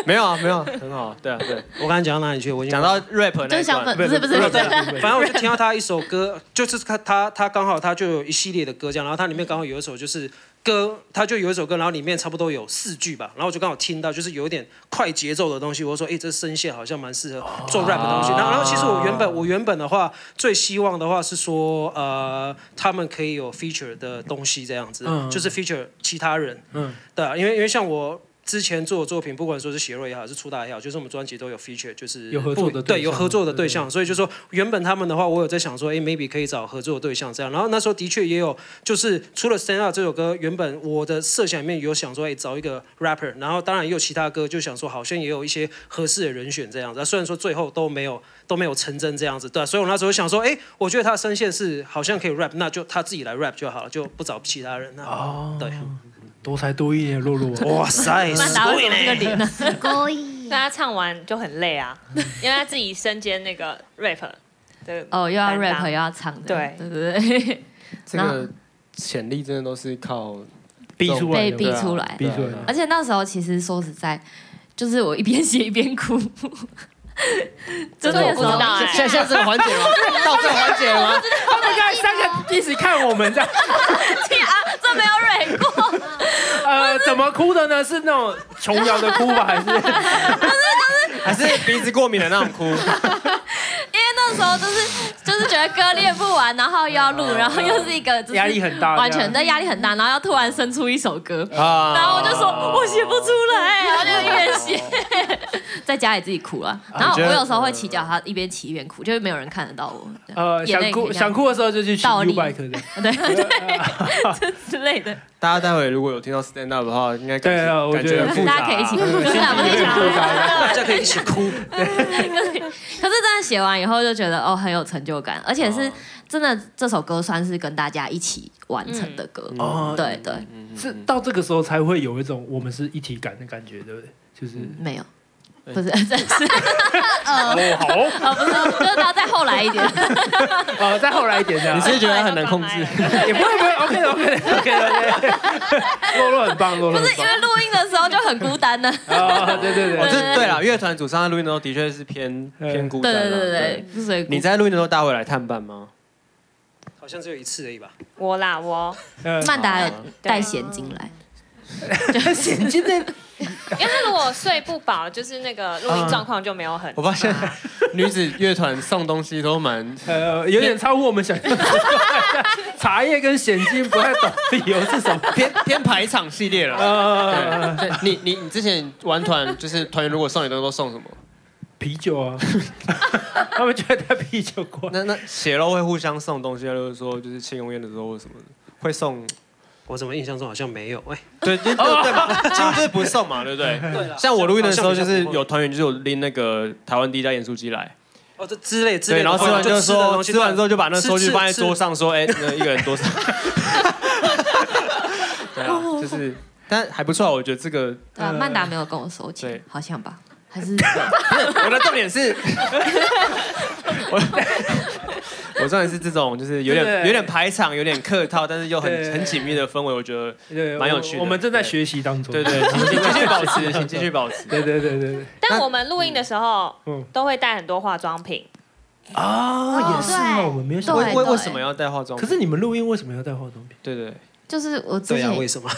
B: 没有啊，没有啊，很好，对啊，对。
A: 我刚才讲到哪里去？我已经
B: 讲到 rap 那一段
E: 就是香氛，不是不是不是，
A: 反正我就听到他一首歌，就是他他他刚好他就有一系列的歌这样，然后他里面刚好有一首就是歌，他就有一首歌，然后里面差不多有四句吧，然后我就刚好听到就是有一点快节奏的东西，我就说哎、这声线好像蛮适合做 rap 的东西。然后然后其实我原本我原本的话最希望的话是说呃他们可以有 feature 的东西这样子，
D: 嗯
A: 就是 feature 其他人，
D: 嗯
A: 对啊，因为因为像我。之前做的作品，不管说是邪瑞也好，是出大也好，就是我们专辑都有 feature，就是
D: 有合作
A: 不
D: 的
A: 对，
D: 对
A: 有
D: 象
A: 合作的对
D: 对
A: 象，所以就说原本他们的话，我有在想说，哎，maybe 可以找合作的对象这样。然后那时候的确也有，就是除了《Stand Up》这首歌，原本我的设想里面有想说，哎，找一个 rapper，然后当然也有其他歌，就想说好像也有一些合适的人选这样子。啊虽然说最后都没有都没有成真这样子，对啊、所以我那时候想说，哎，我觉得他的声线是好像可以 rap，那就他自己来 rap 就好了，就不找其他人了。
D: 哦
A: 对，
D: 多才多艺的露露，
A: 哇 塞，
E: 曼达为什么这个
A: 呢？
E: 脸呢？
F: 可以。
G: 那他唱完就很 累啊，因为他自己身兼那个 rap 的
E: 哦，又要
G: 担当
E: rap 又要唱的，
G: 对
E: 对对对，
B: 这个潜力真的都是靠
D: 逼出来
E: 被
D: 的，
E: 逼出来
D: 逼出来
E: 而
D: 的，
E: 且那时候其实说实在，就是我一边写一边哭，真的有时
G: 我
E: 候
G: 不知道 哎
B: 现在现在这个环节吗？到这个环节了吗？
D: 他们刚才三个一起看我们这样，
E: 啊，这没有 rap 过，
D: 呃，怎么哭的呢？是那种琼瑶的哭吧，还是
B: 还是鼻子过敏的那种哭？
E: 因为那时候就是就是就是觉得歌练不完，然后又要录，然后又是一个就是
D: 哎压力很大哦
E: 完全的压力很大，然后要突然生出一首歌，
B: 啊
E: 然后我就说我写不出来，
I: 啊
E: 然后就越写， 在家里自己哭了。然
D: 我哦
E: 后
D: 啊觉得
E: 我有时候会骑脚踏一边骑一边哭，就是没有人看得到我，
D: 呃，
E: 眼
D: 想
E: 泪可以
D: 哭
E: 这样
D: 想哭的时候就去
E: 倒立
D: U bike 的。
E: 对对，之类的。
B: 大家待会如果有听到 stand up 的话，应该对啊，
D: 我觉得
B: 很复杂
E: 大家可以一起哭
B: 对
E: 真的不是一起哭
A: 大家可以一起哭。
E: 可是真的写完以后就觉得哦很有成就感，而且
D: 哦
E: 是真的这首歌算是跟大家一起完成的歌，
D: 哦
E: 对对，
B: 嗯
D: 是到这个时候才会有一种我们是一体感的感觉，对不对？就是
E: 没有，
D: 哎
E: 不是真是呃
D: 哦好
E: 呃不是，就是到再后来一点，
D: 呃，再后来一点这样，
B: 你是不是觉得很难控制？
D: 也不会不会，OK 的 OK 的 OK 的，OK 的，洛洛很棒，洛
E: 不
D: 洛
E: 是
D: 很
E: 因
D: 棒。
E: 为录音的时候就很孤单呢，
D: 啊，对对
B: 哦，
D: 对，
B: 这对了，乐团主唱在录音的时候的确是偏偏孤
E: 对
B: 单啊。
E: 对对对对，所以
B: 你在录音的时候，大家会来探班吗？
A: 好像只有一次而已吧。
G: 我啦，我
D: 呃
E: 曼达有带现金来，
D: 险境的
G: 因为他如果睡不饱，就是那个录音状况就没有很
D: 哦
B: 我发现
E: 啊
B: 女子乐团送东西都蛮
D: 呃，有点超乎我们想象。茶叶跟险境不太懂理由是什么？
B: 偏偏排场系列 了。
D: 呃，
B: 对，你你你之前玩团，就是团员如果送你东西都送什么？
D: 啤酒啊， 他们觉得带啤酒过来。
B: 那那血肉会互相送东西，啊就是说就是庆功宴的时候或什么的会送，
A: 我怎么印象中好像没有？哎、
B: 对对对嘛， 几乎就是不送嘛，对不对？
A: 对了
B: 像我录音的时候，
A: 好
B: 就
A: 像比较
B: 是
A: 不会
B: 有团员就是有拎那个台湾第一家盐酥鸡来，
A: 哦，这之类之类
B: 对，
A: 的，
B: 然后吃完就
A: 的
B: 说
A: 东西
B: 吃完之后就把那个收据
A: 吃
B: 放在
A: 吃
B: 桌上，说哎，那一个人多少？ 对啊，就是，但还不错啊，我觉得这个
E: 对啊，曼达没有跟我收钱
B: 对，
E: 好像吧，还是
B: 我的重点是，我 我重点是这种，就是有
D: 对
B: 点有点排场，有点客套，但是又
D: 对
B: 很很紧密的氛围，我觉得
D: 对
B: 蛮有趣的
D: 我我们正在学习当中。
B: 对对，请请继续保持，请继续保持。
D: 对对对对对。
G: 但我们录音的时候
D: 嗯
G: 都会带很多化妆品，
D: 啊，也是啊，
E: 对
D: 我们没有想
E: 对
D: 过。
B: 为为为什么要带化妆
D: 可
B: 品？
D: 是你们录音为什么要带化妆品？
B: 对对，
E: 就是我之
A: 对啊，为
E: 前
A: 什 么？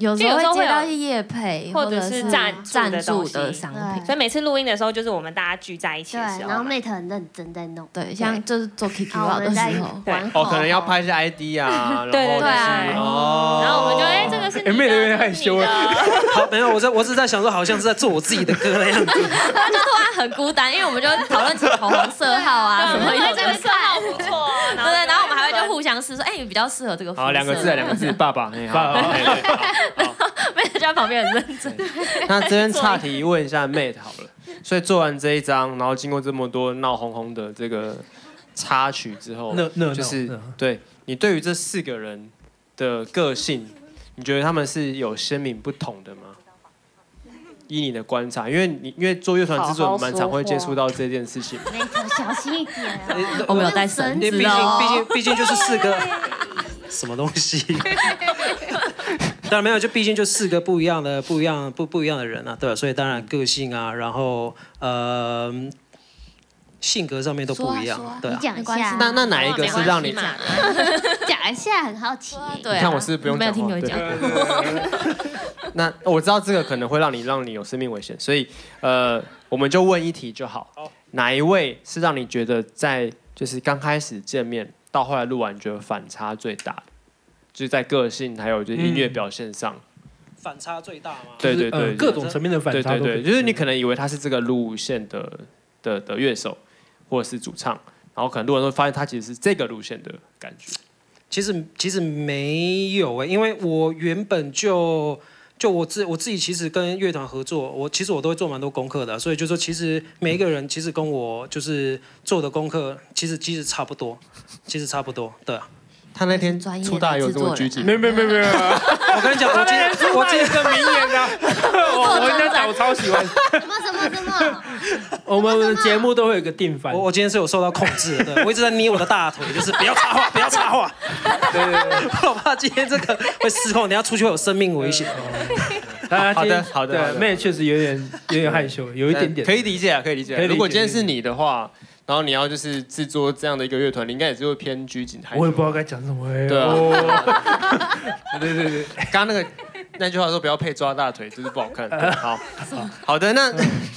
E: 有时
G: 因为有时
E: 候
G: 候
E: 会
G: 会
E: 接
G: 有
E: 到一些业配
G: 或者
E: 者
G: 是
E: 是
G: 赞助的
E: 赞助
G: 东西
E: 的商品，
G: 所以每次录音的时候就是我们大家聚在一起
H: 对，
G: 的时候嘛。
H: 然后 Mate 很认真在弄。
E: 对，像就是做 Kiki
H: 啊，我
E: Rock
H: 们
E: 的
H: 在
E: 时候，
H: 玩
B: 哦，可能要拍一下 ID 啊，然后
G: 对对
E: 对啊
B: 就是哦，
G: 然后我们就哎、这个是你的，
D: 哎妹的有点
G: 这个
D: 害
G: 是你
D: 羞啊
G: 的
A: 好，没有，我在我只是在想说，好像是在做我自己的歌 的样子。
E: 他就突然很孤单，因为我们就会讨论起口红色号啊什么
G: 对，
E: 有的没
G: 因为哎这个
E: 的。
G: 色号不错，对
E: 对对，然后我们还会就互相试说，哎，你比较适合这个肤色。
B: 好两个字啊，两个 字，爸爸，哎
D: 爸
B: 好。
D: 爸
B: 哎对 好
E: 没有就在旁边很认真。
B: 那这边岔题问一下 Mate 好了，所以做完这一张，然后经过这么多闹哄哄的这个插曲之后
D: 那那，
B: 哦
D: 嗯
B: 就是
D: 那
B: 对你对于这四个人的个性，你觉得他们是有鲜明不同的吗？依你的观察，因为你因为做乐团制
I: 好
B: 作，
I: 好
B: 你蛮常会
I: 说话
B: 接触到这件事情。
H: Mate 小心一点
F: 啊
H: 哦。
E: 我们有带绳
A: 因为毕
E: 子
A: 竟毕
E: 哦
A: 竟，毕竟就是四 个什么东西。当然没有，就毕竟就四个不一样的、不一样、不不一样的人啊，对吧？所以当然个性啊，然后呃性格上面都不一样，
E: 说啊说 啊
A: 对
H: 你
A: 啊。
H: 讲一
E: 没关
H: 下
E: 系，
B: 那那哪一个是让你？
G: 没关系嘛
H: 讲一下，很好奇耶。
E: 对啊，
B: 你看我是不用
E: 没有
B: 讲话
E: 听我
B: 对
E: 讲，
B: 那我知道这个可能会让你让你有生命危险，所以呃，我们就问一题就好。哪一位是让你觉得在就是刚开始见面到后来录完觉得反差最大的？就是在个性还有就是音乐表现上，
A: 反差最大吗？
B: 对对
D: 呃
B: 对，
D: 各种层面的反
B: 对
D: 差
B: 对
D: 都可以
B: 对，就是你可能以为他是这个路线的的的乐手或者是主唱，然后可能录完之后发现他其实是这个路线的感觉。
A: 其实其实没有哎、因为我原本就就我自我自己其实跟乐团合作，我其实我都会做蛮多功课的，所以就说其实每一个人其实跟我就是做的功课，其实其实差不多，其实差不多，对啊。
B: 他那天
E: 专业的
B: 出大有这么拘谨
E: 制啊
D: 没，有没有没有没有，
A: 我跟你讲，我今天我今天
D: 这名言啊， 我我在讲，我超喜欢。
H: 什么什么什么？
D: 我们的节目都会有一个定 番
A: 我，我今天是有受到控制的，对我一直在捏我的大腿， 就是不要插话，不要插话。 我怕今天这个会失控，等一下出去会有生命危险。
D: 大家今天
B: 好的好的好
D: 对，
B: 的
D: 妹确实有点 有点害羞，有一点点
B: 可。以理解啊，可以理解啊
D: 可以理解
B: 如果今天是你的话，然后你要就是制作这样的一个乐团，你应该也是会偏拘谨害羞。
D: 我也不知道该讲什么哎。
B: 对啊
D: 哦对对对，
B: 刚刚那 个那句话说不要配抓大腿，就是不好看。好，好的，那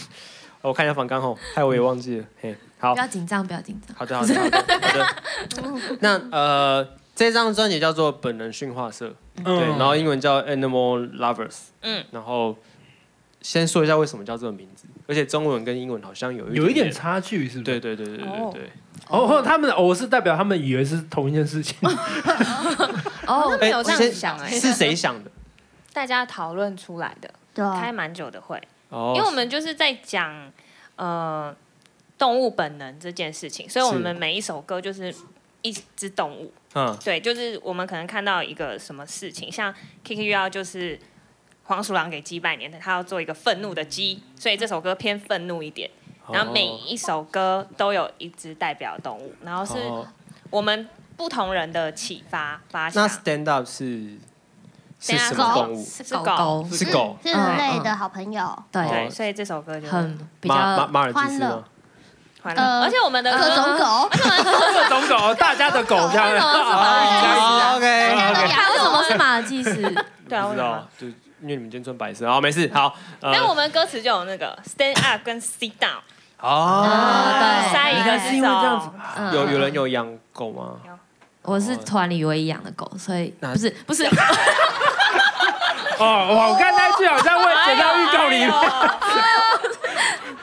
B: 我看一下反刚吼，害我也忘记了。嘿，好
E: 不，要紧张，不要紧张。
B: 好的，好的，好的，好的。 那呃，这张专辑叫做《本人驯化社》，
D: 嗯
B: 对，然后英文叫 Animal Lovers，
G: 嗯，
B: 然后先说一下为什么叫这个名字，而且中文跟英文好像有一
D: 有一点差距，是不
B: 对
D: 是？
B: 对对对对对对。
D: 哦，他们我是代表他们以为是同一件 事情，
G: 哦，没有
B: 哎
G: 这样
B: 先
G: 想哎，
B: 是谁想的？
G: 大家讨论出来的，
F: 对
G: 开蛮久的会，
B: 哦，
G: 因为我们就是在讲呃动物本能这件事情，所以我们
B: 是
G: 每一首歌就是一只动物，
B: 嗯，
G: 对，就是我们可能看到一个什么事情，像 Kiki 遇到就是黄鼠狼给鸡拜年，他要做一个愤怒的鸡，所以这首歌偏愤怒一
B: 哦
G: 点。然后每一首歌都有一只代表动物，然后是
B: 哦
G: 我们不同人的启发发
B: 那
G: 想。
B: Stand Up 是是
G: Stand Up
B: 什么动物？
E: 是
G: 狗
E: 狗，
B: 是狗，
F: 是人类的好朋友，
E: 对，
B: 哦
G: 对，所以这首歌就很
E: 很比
B: 马马
E: 较
B: 马尔济斯
F: 欢乐
B: 吗？
G: 欢乐，
F: 呃
G: 而且我们的
E: 嗯
F: 各种
G: 歌
F: 狗，
D: 各种狗，大家的狗 这样。
B: 哦
F: 大
B: ，OK，
F: 家都 养
E: 为什么
F: 狗。
E: 是马尔济斯？
G: 啊 对啊，
B: 不
G: 为
B: 知
G: 什么
B: 道，就因为你们今天穿白色，好，没事，好，呃
G: 哎但我们歌词就有那个 stand up 跟 sit down，
E: 哦，对，
G: 塞一个是因为这样子，
E: 嗯
B: 有有人有养狗吗？
E: 我是团里唯一养的狗，所以
B: 那
E: 不是不是，
D: 哦，哇我刚才就好像问
B: 啊
D: 《剪刀预告》里面，
G: 哎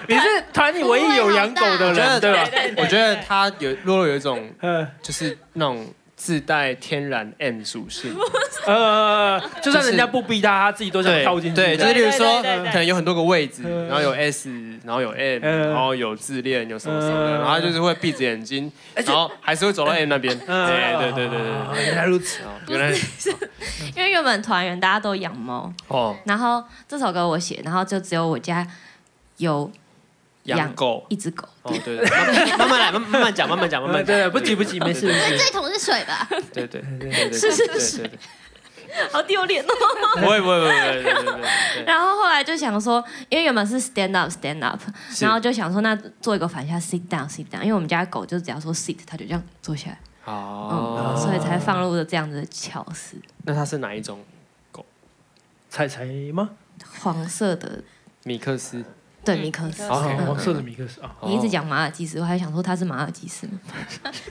D: 你是团里唯一有养狗的
B: 我觉得
D: 人，对吧？
G: 对对
B: 我觉得它有洛洛有一种
D: 嗯
B: 就是那种自带天然 M 属性，
D: 呃，就算人家不逼他，他自己都想
B: 对
D: 跳进去。
B: 对，就是例如说
G: 对对对对
B: 可能有很多个位置，
D: 嗯
B: 然后有 S，然后有 M，
D: 嗯
B: 然后有自恋，有什么什么的，
D: 嗯
B: 然后它就是会闭着眼睛，然后还是会走到 M 那边。
D: 嗯
B: 哎，对对对对对，
D: 原来如此。
B: 哦原来
E: 因为原本团员大家都养猫，
B: 哦
E: 然后这首歌我写，然后就只有我家有
B: 养狗。
E: 一只狗，
B: 哦，对，对慢慢慢慢来，慢慢慢慢讲，慢慢讲，慢慢
D: 对
B: 讲。
D: 对，不急不急，没事没
F: 那
D: 事。
F: 这桶是水吧？
B: 对对对对，
E: 是是
B: 是，对对
E: 好丢脸哦。
B: 不会不会不会不会不会不 会，
E: 然后后来就想说，因为原本是 stand up stand up，
B: 是
E: 然后就想说那做一个反向 sit down sit down，因为我们家狗就只要说 sit，它就这样坐下来，嗯，
B: 好，
E: 所以才放入了这样子的巧思，
B: 那它是哪一种？
D: 彩彩吗？
E: 黄色的
B: 米克斯，
E: 对米克斯。
D: 哦，
E: 嗯
D: 黄色的米 克斯啊，
E: 你一直讲马尔济斯，我还想说它是马尔济斯吗？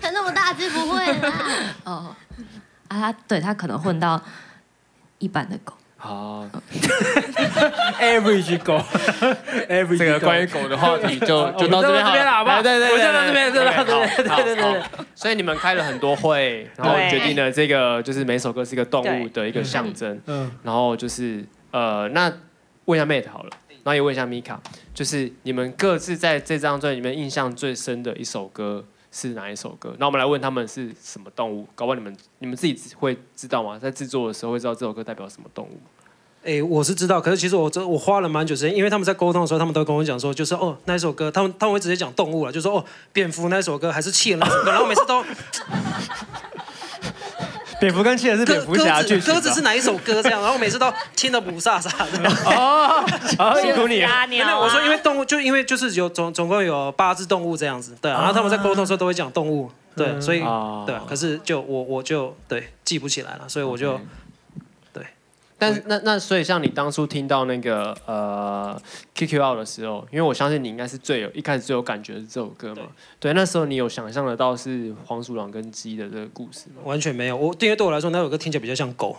F: 它那么大只不会 啦。
E: 哦，啊，它对它可能混到一般的狗，
B: 哦好，
D: average 狗，average
B: 这个
D: 狗
B: 关于狗的话题 就就到这边好
D: 好不好？
B: 对对对，
D: 我就到这边，就到这边，对对对对。
B: 对。所以你们开了很多会，然后决定了这个就是每首歌是一个动物的一个象征，
D: 嗯，
B: 然后就是呃，那问一下 Mate 好了，然后也问一下 Mika，就是你们各自在这张专辑里面印象最深的一首歌是哪一首歌？那我们来问他们是什么动物，搞不好你们你们自己会知道吗？在制作的时候会知道这首歌代表什么动物吗？
A: 哎，我是知道，可是其实我真我花了蛮久时间，因为他们在沟通的时候，他们都跟我讲说，就是哦那一首歌，他们他们会直接讲动物了，就说哦蝙蝠那首歌还是企鹅那首歌，啊然后每次都
B: 蝙蝠跟企鹅是
A: 鸽鸽子鸽子是哪一首歌这样，然后每次都听得不飒飒的。
B: 哦， 辛苦你了。
G: 拉
A: 没
G: 鸟
A: 有，
G: 啊，
A: 我说因为动物就因为就是有总总共有八只动物这样子，对啊、然后他们在沟通的时候都会讲动物，对，所以
B: 哦
A: 对啊，可是就我我就对记不起来了，所以我就
B: OK 但是那那所以像你当初听到那个呃 QQ out 的时候，因为我相信你应该是最有一开始最有感觉的是这首歌嘛，对，那时候你有想象得到是黄鼠狼跟鸡的这个故事吗？
A: 完全没有。我因为对我来说那首歌听起来比较像狗，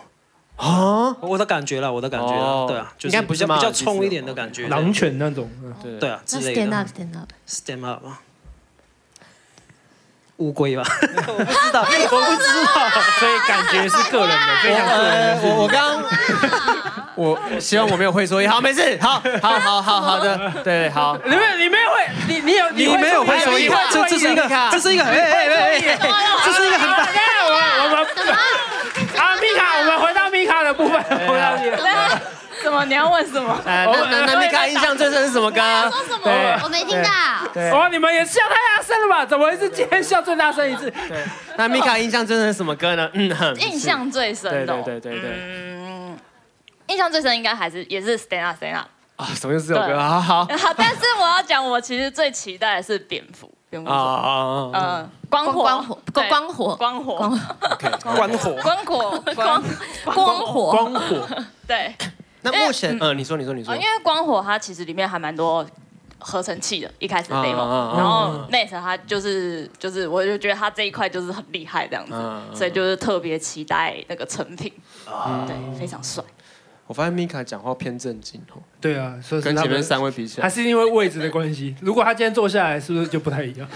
B: 啊，
A: 我的感觉了，我的感觉了，
B: 哦
A: 对啊，就
B: 应该
A: 是
B: 不
A: 比
B: 是
A: 较比
B: 马
A: 较
B: 尔济斯
A: 冲
B: 的
A: 一点的
B: 哦
A: 感觉，
D: 狼犬那种，嗯
B: 对
A: 对啊之
E: 那
A: 类
E: stand
A: 的
E: up stand up，
A: ，stand up 啊。乌龟吧，我不知道，我不知 道。啊
D: 所以感觉是个人的，非
A: 哦
D: 常个人
B: 呃
D: 的，
B: 我我 刚我我希望我没有会说音，好，没事，好，好，好，好，好的，对 对，好，
D: 你没有，你没有会，你你有，
A: 你没有会说
D: 你
A: 意
D: 会，
A: 这这是一个，这是一个，哎哎哎哎哎，这是一个很大。
D: 我我们啊，米卡，我们回到米卡的部分，回
A: 哎
D: 到米卡，
I: 什么？你要问 什么？
B: 呃，那那那米卡印象最深是什么歌？啊
F: 说什
D: 对
F: 么？我没听到。
D: 哇，你们也笑太大声了吧？怎么会是今天笑最大声一次？
B: 那米卡印象最深是什么歌呢？嗯，哼
I: 印象最
B: 对
I: 深的哦、
B: 对对对对，
I: 嗯，印象最深应该还是也是 Stand Up Stand Up。
B: 啊，什么又是这首歌？好好
I: 好，但是我要讲，我其实最期待的是蝙蝠，蝙蝠
B: 啊
I: 侠，
B: 啊啊
I: 嗯，光火，
E: 光火
I: 对
E: 光火
I: 光火，
E: 光
B: ，OK，
A: 关火，
I: 光火，光
E: 光火
D: 光火，
I: 对，哦
F: 哦
B: 那目前，嗯，你说，你说，你说
I: 啊，因，为光火它其实里面还蛮多合成器的，一开始 demo，、
B: 啊啊啊
I: 然后 Nate 他就是就是，我就觉得他这一块就是很厉害这样子，
B: 啊啊啊
I: 所以就是特别期待那个成品，对，非常帅。
B: 我发现 Mika 讲话偏正经哦，
J: 对啊，所以是
B: 跟
J: 他
B: 前面
J: 们
B: 三位比起
J: 还
B: 来，
J: 是因为位置的关系。如果他今天坐下来，是不是就不太一样？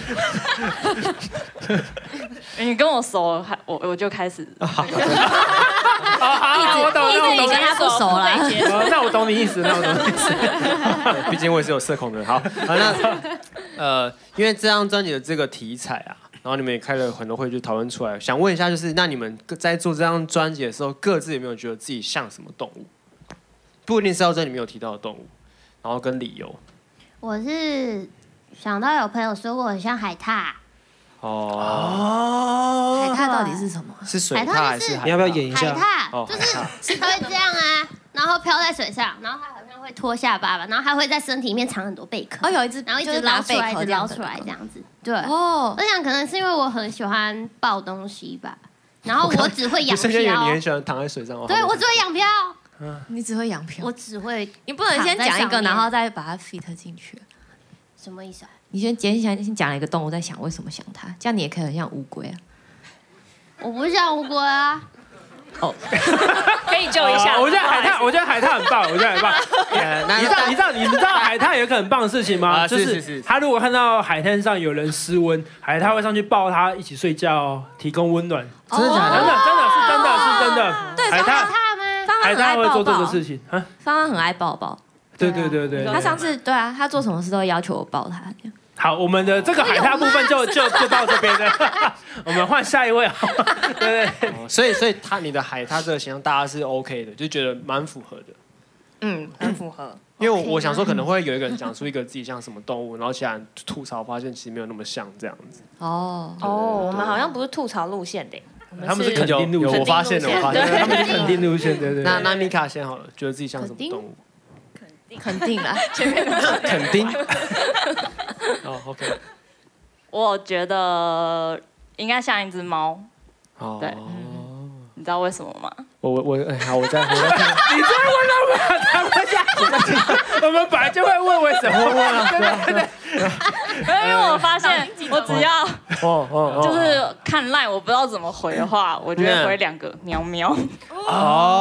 I: 你跟我熟了，还我我就开始
B: 哦
J: 好我懂了我懂了
I: 了，
D: 哦
J: 好那我懂你意思，那我懂你意思。
B: 毕竟我也是有社恐的人。好，啊、 那呃，因为这张专辑的这个题材啊，然后你们也开了很多会去讨论出来，想问一下，就是那你们各在做这张专辑的时候，各自有没有觉得自己像什么动物？不一定是要在里面有提到的动物，然后跟理由
F: 我是想到有朋友说过我像海獭，
B: 哦。
F: 海
E: 哎它到底是什么？
B: 是水
F: 海
B: 獭
F: 獭
B: 还
F: 哎就是
B: 海獭？
A: 你要不要演一
F: 海
A: 下？
F: 獭
B: 哦，
F: 就
B: 海
F: 是
B: 獭
F: 是它会这样啊，然后飘在水上，然后它好像会脱下巴吧，然后它会在身体里面藏很多贝壳，
E: 哦，有一只，
F: 然后一
E: 就是
F: 直
E: 拿
F: 捞出来，
E: 贝
F: 一
E: 壳
F: 直
E: 这样
F: 捞
E: 子
F: 出
E: 的
F: 来
E: 吗
F: 这样子。对，
E: 哦
F: 我想可能是因为我很喜欢抱东西吧，然后我只会
B: 你
F: 养
B: 瞬间以为你
F: 漂
B: 很，喜欢躺在水上哦。
F: 对我只会养漂，
E: 你只会养票，
F: 我只会
E: 你不能先
F: 躺在
E: 讲一个，
F: 上面
E: 然后再把它 fit 进去。
F: 什么意思啊？
E: 你先先想先讲了一个动物，再想为什么想它，这样你也可以很像乌龟啊。
F: 我不像乌龟啊，
G: 可以救一下。
D: 哦我觉得海獭，我觉得海獭很棒，我觉得 很棒。
B: 呃那
D: 你知道你知道你知道海獭有一个很棒的事情吗？
B: 啊
D: 就是
B: 是
D: 是
B: 是
D: 它如果看到海滩上有人失温，海獭会上去抱它一起睡觉哦，提供温暖。
B: 真的假
D: 真的真
B: 的？
D: 的是真的是真的，
E: 哦对，
D: 海
E: 芳
D: 獭
E: 芳
F: 怕吗？
E: 芳
D: 海
E: 很
D: 獭
E: 爱
D: 哎会
E: 抱
D: 做这
E: 抱
D: 个，事情啊。
E: 芳芳很爱抱抱。
D: 对对对对，
E: 她上次对啊，她做什么事都要求我抱她。这样
D: 好，我们的这个海獭部分就就就到这边了， 我们换下一位。好吗 对对对，
B: 哦所以所以他你的海獭这个形象大家是 OK 的，就觉得蛮符合的。
G: 嗯，很符合。
B: 因为我我想说，可能会有一个人讲出一个自己像什么动物，然后其他人吐槽发现其实没有那么像这样子。
E: 哦，
G: 哦，我们好像不是吐槽路线的，我
D: 他们是肯
B: 有
D: 定路
B: 有
D: 线
B: 我发现了，我发现
D: 他
B: 了。
D: 们是肯定路线，对对对。
B: 那那米卡先好了，觉得自己像什么动物？
E: 肯定 啦，
B: 肯定。哦，OK。
I: 我觉得应该像一只猫，
B: 哦
I: 对，你知道为什么吗？
B: 我我我，哎好，我再我再看。
D: 你再问他们，他们下，我们本来就会问为 什么。
I: 因为我发现，我只要
B: 哦哦哦。
I: 就是看赖，我不知道怎么回的话，我就
B: 嗯
I: 会回两个喵喵。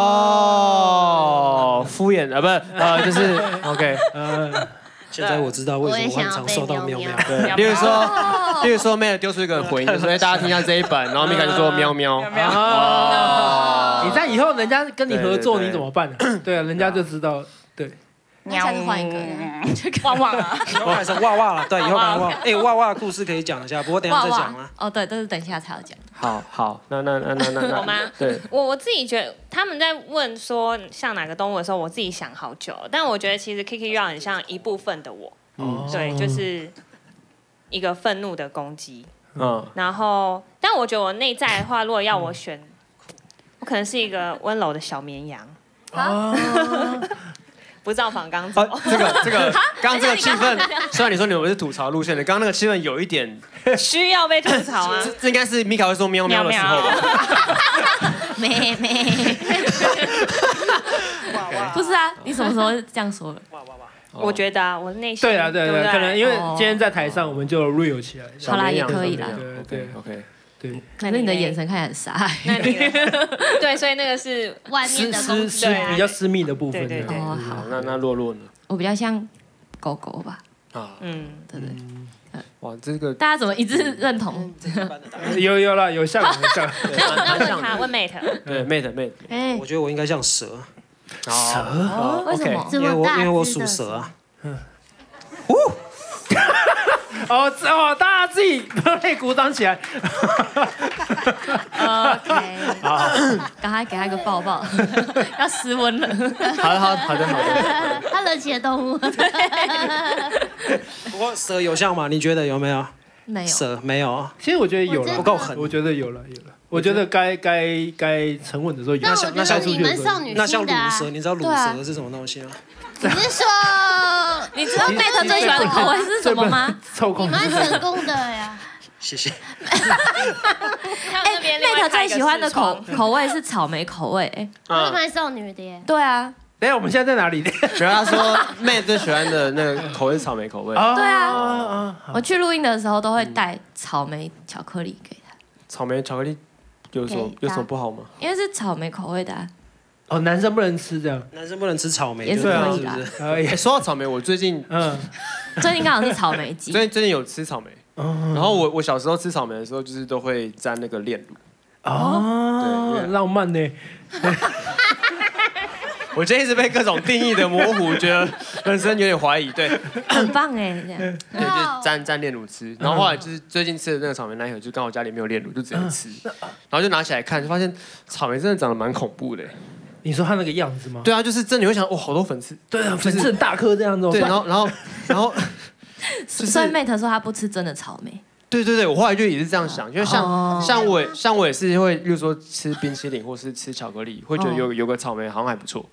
B: 哦，敷衍啊，不是呃，就是 OK。哦
D: 嗯，
A: 现在我知道为什么我很常收到喵喵。
B: 对，例如说，例如说 May 丢出一个回应，就说哎大家听一下这一版，然后米卡就说喵喵。
D: 哦，你
B: 哦，
D: 在以后人家跟你合作，
B: 对对对
D: 你怎么办呢？对啊，人家就知道。对，
E: 那下次换一个这 样
I: 旺旺啊，
A: 以后还是哇哇了，对，以后把哇，哎，哇哇的故事可以讲一下，不过等一下
E: 哇
A: 再讲啦
E: 哇。，哦对，但是等一下才要讲。
B: 好好，那那那那那那，
G: 我吗
B: 对，
G: 我我自己觉得他们在问说像哪个动物的时候，我自己想好久，但我觉得其实 Kiki Rao 很像一部分的我，
B: 嗯
G: 对，就是一个愤怒的攻击。
D: 哦
B: 嗯。
G: 然后，但我觉得我内在的话，如果要我选，我可能是一个温柔的小绵羊，
D: 啊，
G: 不造反刚走
B: 啊。，这个这个，刚刚这个气氛，虽然你说你们是吐槽路线的，刚刚那个气氛有一点，
G: 需要被吐 槽啊
B: 这！这应该是米卡会说喵喵的时候吧？
E: 妹妹，不是啊，你什么时候这样说了？
G: 我觉得啊，我内心
D: 对啊，对
G: 对
D: 对，
G: 不
D: 可能因为
E: 哦
D: 今天在台上，我们就 real 起来。
E: 好啦也可以啦
D: 对对
B: OK OK，
D: 对，
E: 可是你的眼神看起来很傻欸。
G: 那你呢对，所以那个是
F: 外面
D: 私
F: 的公
D: 私
F: 司
D: 私比较私密的部分。
G: 对对对
E: 哦，好
B: 好，，那那洛洛呢？
E: 我比较像狗狗吧，
B: 啊，
G: 嗯，
E: 对不对？
B: 哇，这个
E: 大家怎么一致认同？
D: 有有了，有像有像。
G: 那那问他问 Mate，
B: 对 Mate Mate，
E: 哎
A: 我，觉得我应该像蛇，
B: 蛇
E: 哦为什么？
F: 这
A: 因为
F: 么
A: 我
F: 大
A: 因为我
F: 只的
A: 属蛇啊。
D: 哦这哦，大家自己可以鼓掌起来。哦
E: OK，赶 快给他一个 抱抱，要失温了。
B: 好的好的好的 好的，
F: 它惹起了动物，
A: 不过蛇有像吗？你觉得有没有？
E: 没有，
A: 蛇没有。
D: 其实我觉得有了，
F: 我真
A: 不
F: 的
A: 够狠
D: 我觉得有了有了，我觉得该该该沉稳的时候有。
F: 那我
A: 像那
F: 觉
A: 像
F: 得你们少女
A: 那像
F: 心
A: 乳
F: 的啊，
A: 蛇，你知道乳
E: 对啊
A: 蛇是什么东西吗？
F: 你是说
E: 你知道 Mate 最喜欢的口味是什么 吗？
D: 臭
F: 你
D: 控
F: 们成功的呀？
A: 谢谢。
G: 他们
E: 哎
G: 那边另
E: ，Mate
G: 外开
E: 最
G: 一个
E: 喜欢的
G: 视窗
B: 嗯
E: 口口味是草莓口味。哎，
F: 我是蛮少女的耶，
E: 对啊，
D: 等一下我们现在在哪里？
B: 没有，他说妹最喜欢的那个口味是草莓口味。
E: 对
D: 哦
E: 啊，
B: 嗯
E: 我去录音的时候都会带草莓巧克力给他，
B: 草莓巧克力有什么
E: 给
B: 有什么
E: 大
B: 不好吗？
E: 因为是草莓口味的、啊。
D: 哦，男生不能吃这样，
A: 男生不能吃草莓
E: 也是
B: 对啊
E: 可以
B: 是
E: 的啊
B: 不是？哎说到草莓，我最近
D: 嗯，
E: 最近刚好是草莓 季，
B: 最近最近有吃草莓。
D: 哦
B: 然后我我小时候吃草莓的时候，就是都会沾那个炼乳。
D: 哦，浪漫呢。
B: 我今天一直被各种定义的模糊，觉得人生有点怀疑。对，
E: 很棒哎，这样。
B: 对，就是沾沾炼乳吃，然后后来就是最近吃的那个草莓奶油，就刚好家里没有炼乳，就直接吃，然后就拿起来看，就发现草莓真的长得蛮恐怖的。欸
D: 你说他那个样子吗？
B: 对啊，就是真的你会想，哇，好多粉刺。
D: 对啊，
B: 就是
D: 粉刺很大颗这样子。
B: 对，然后然后然后，
E: 所以 Mate 说他不吃真的草莓，
B: 对对对，我后来就也是这样想，因为像、
E: 哦
B: 像我也像我也是会，例如说吃冰淇淋或是吃巧克力，会
E: 哦
B: 觉得有有个草莓好像还不错，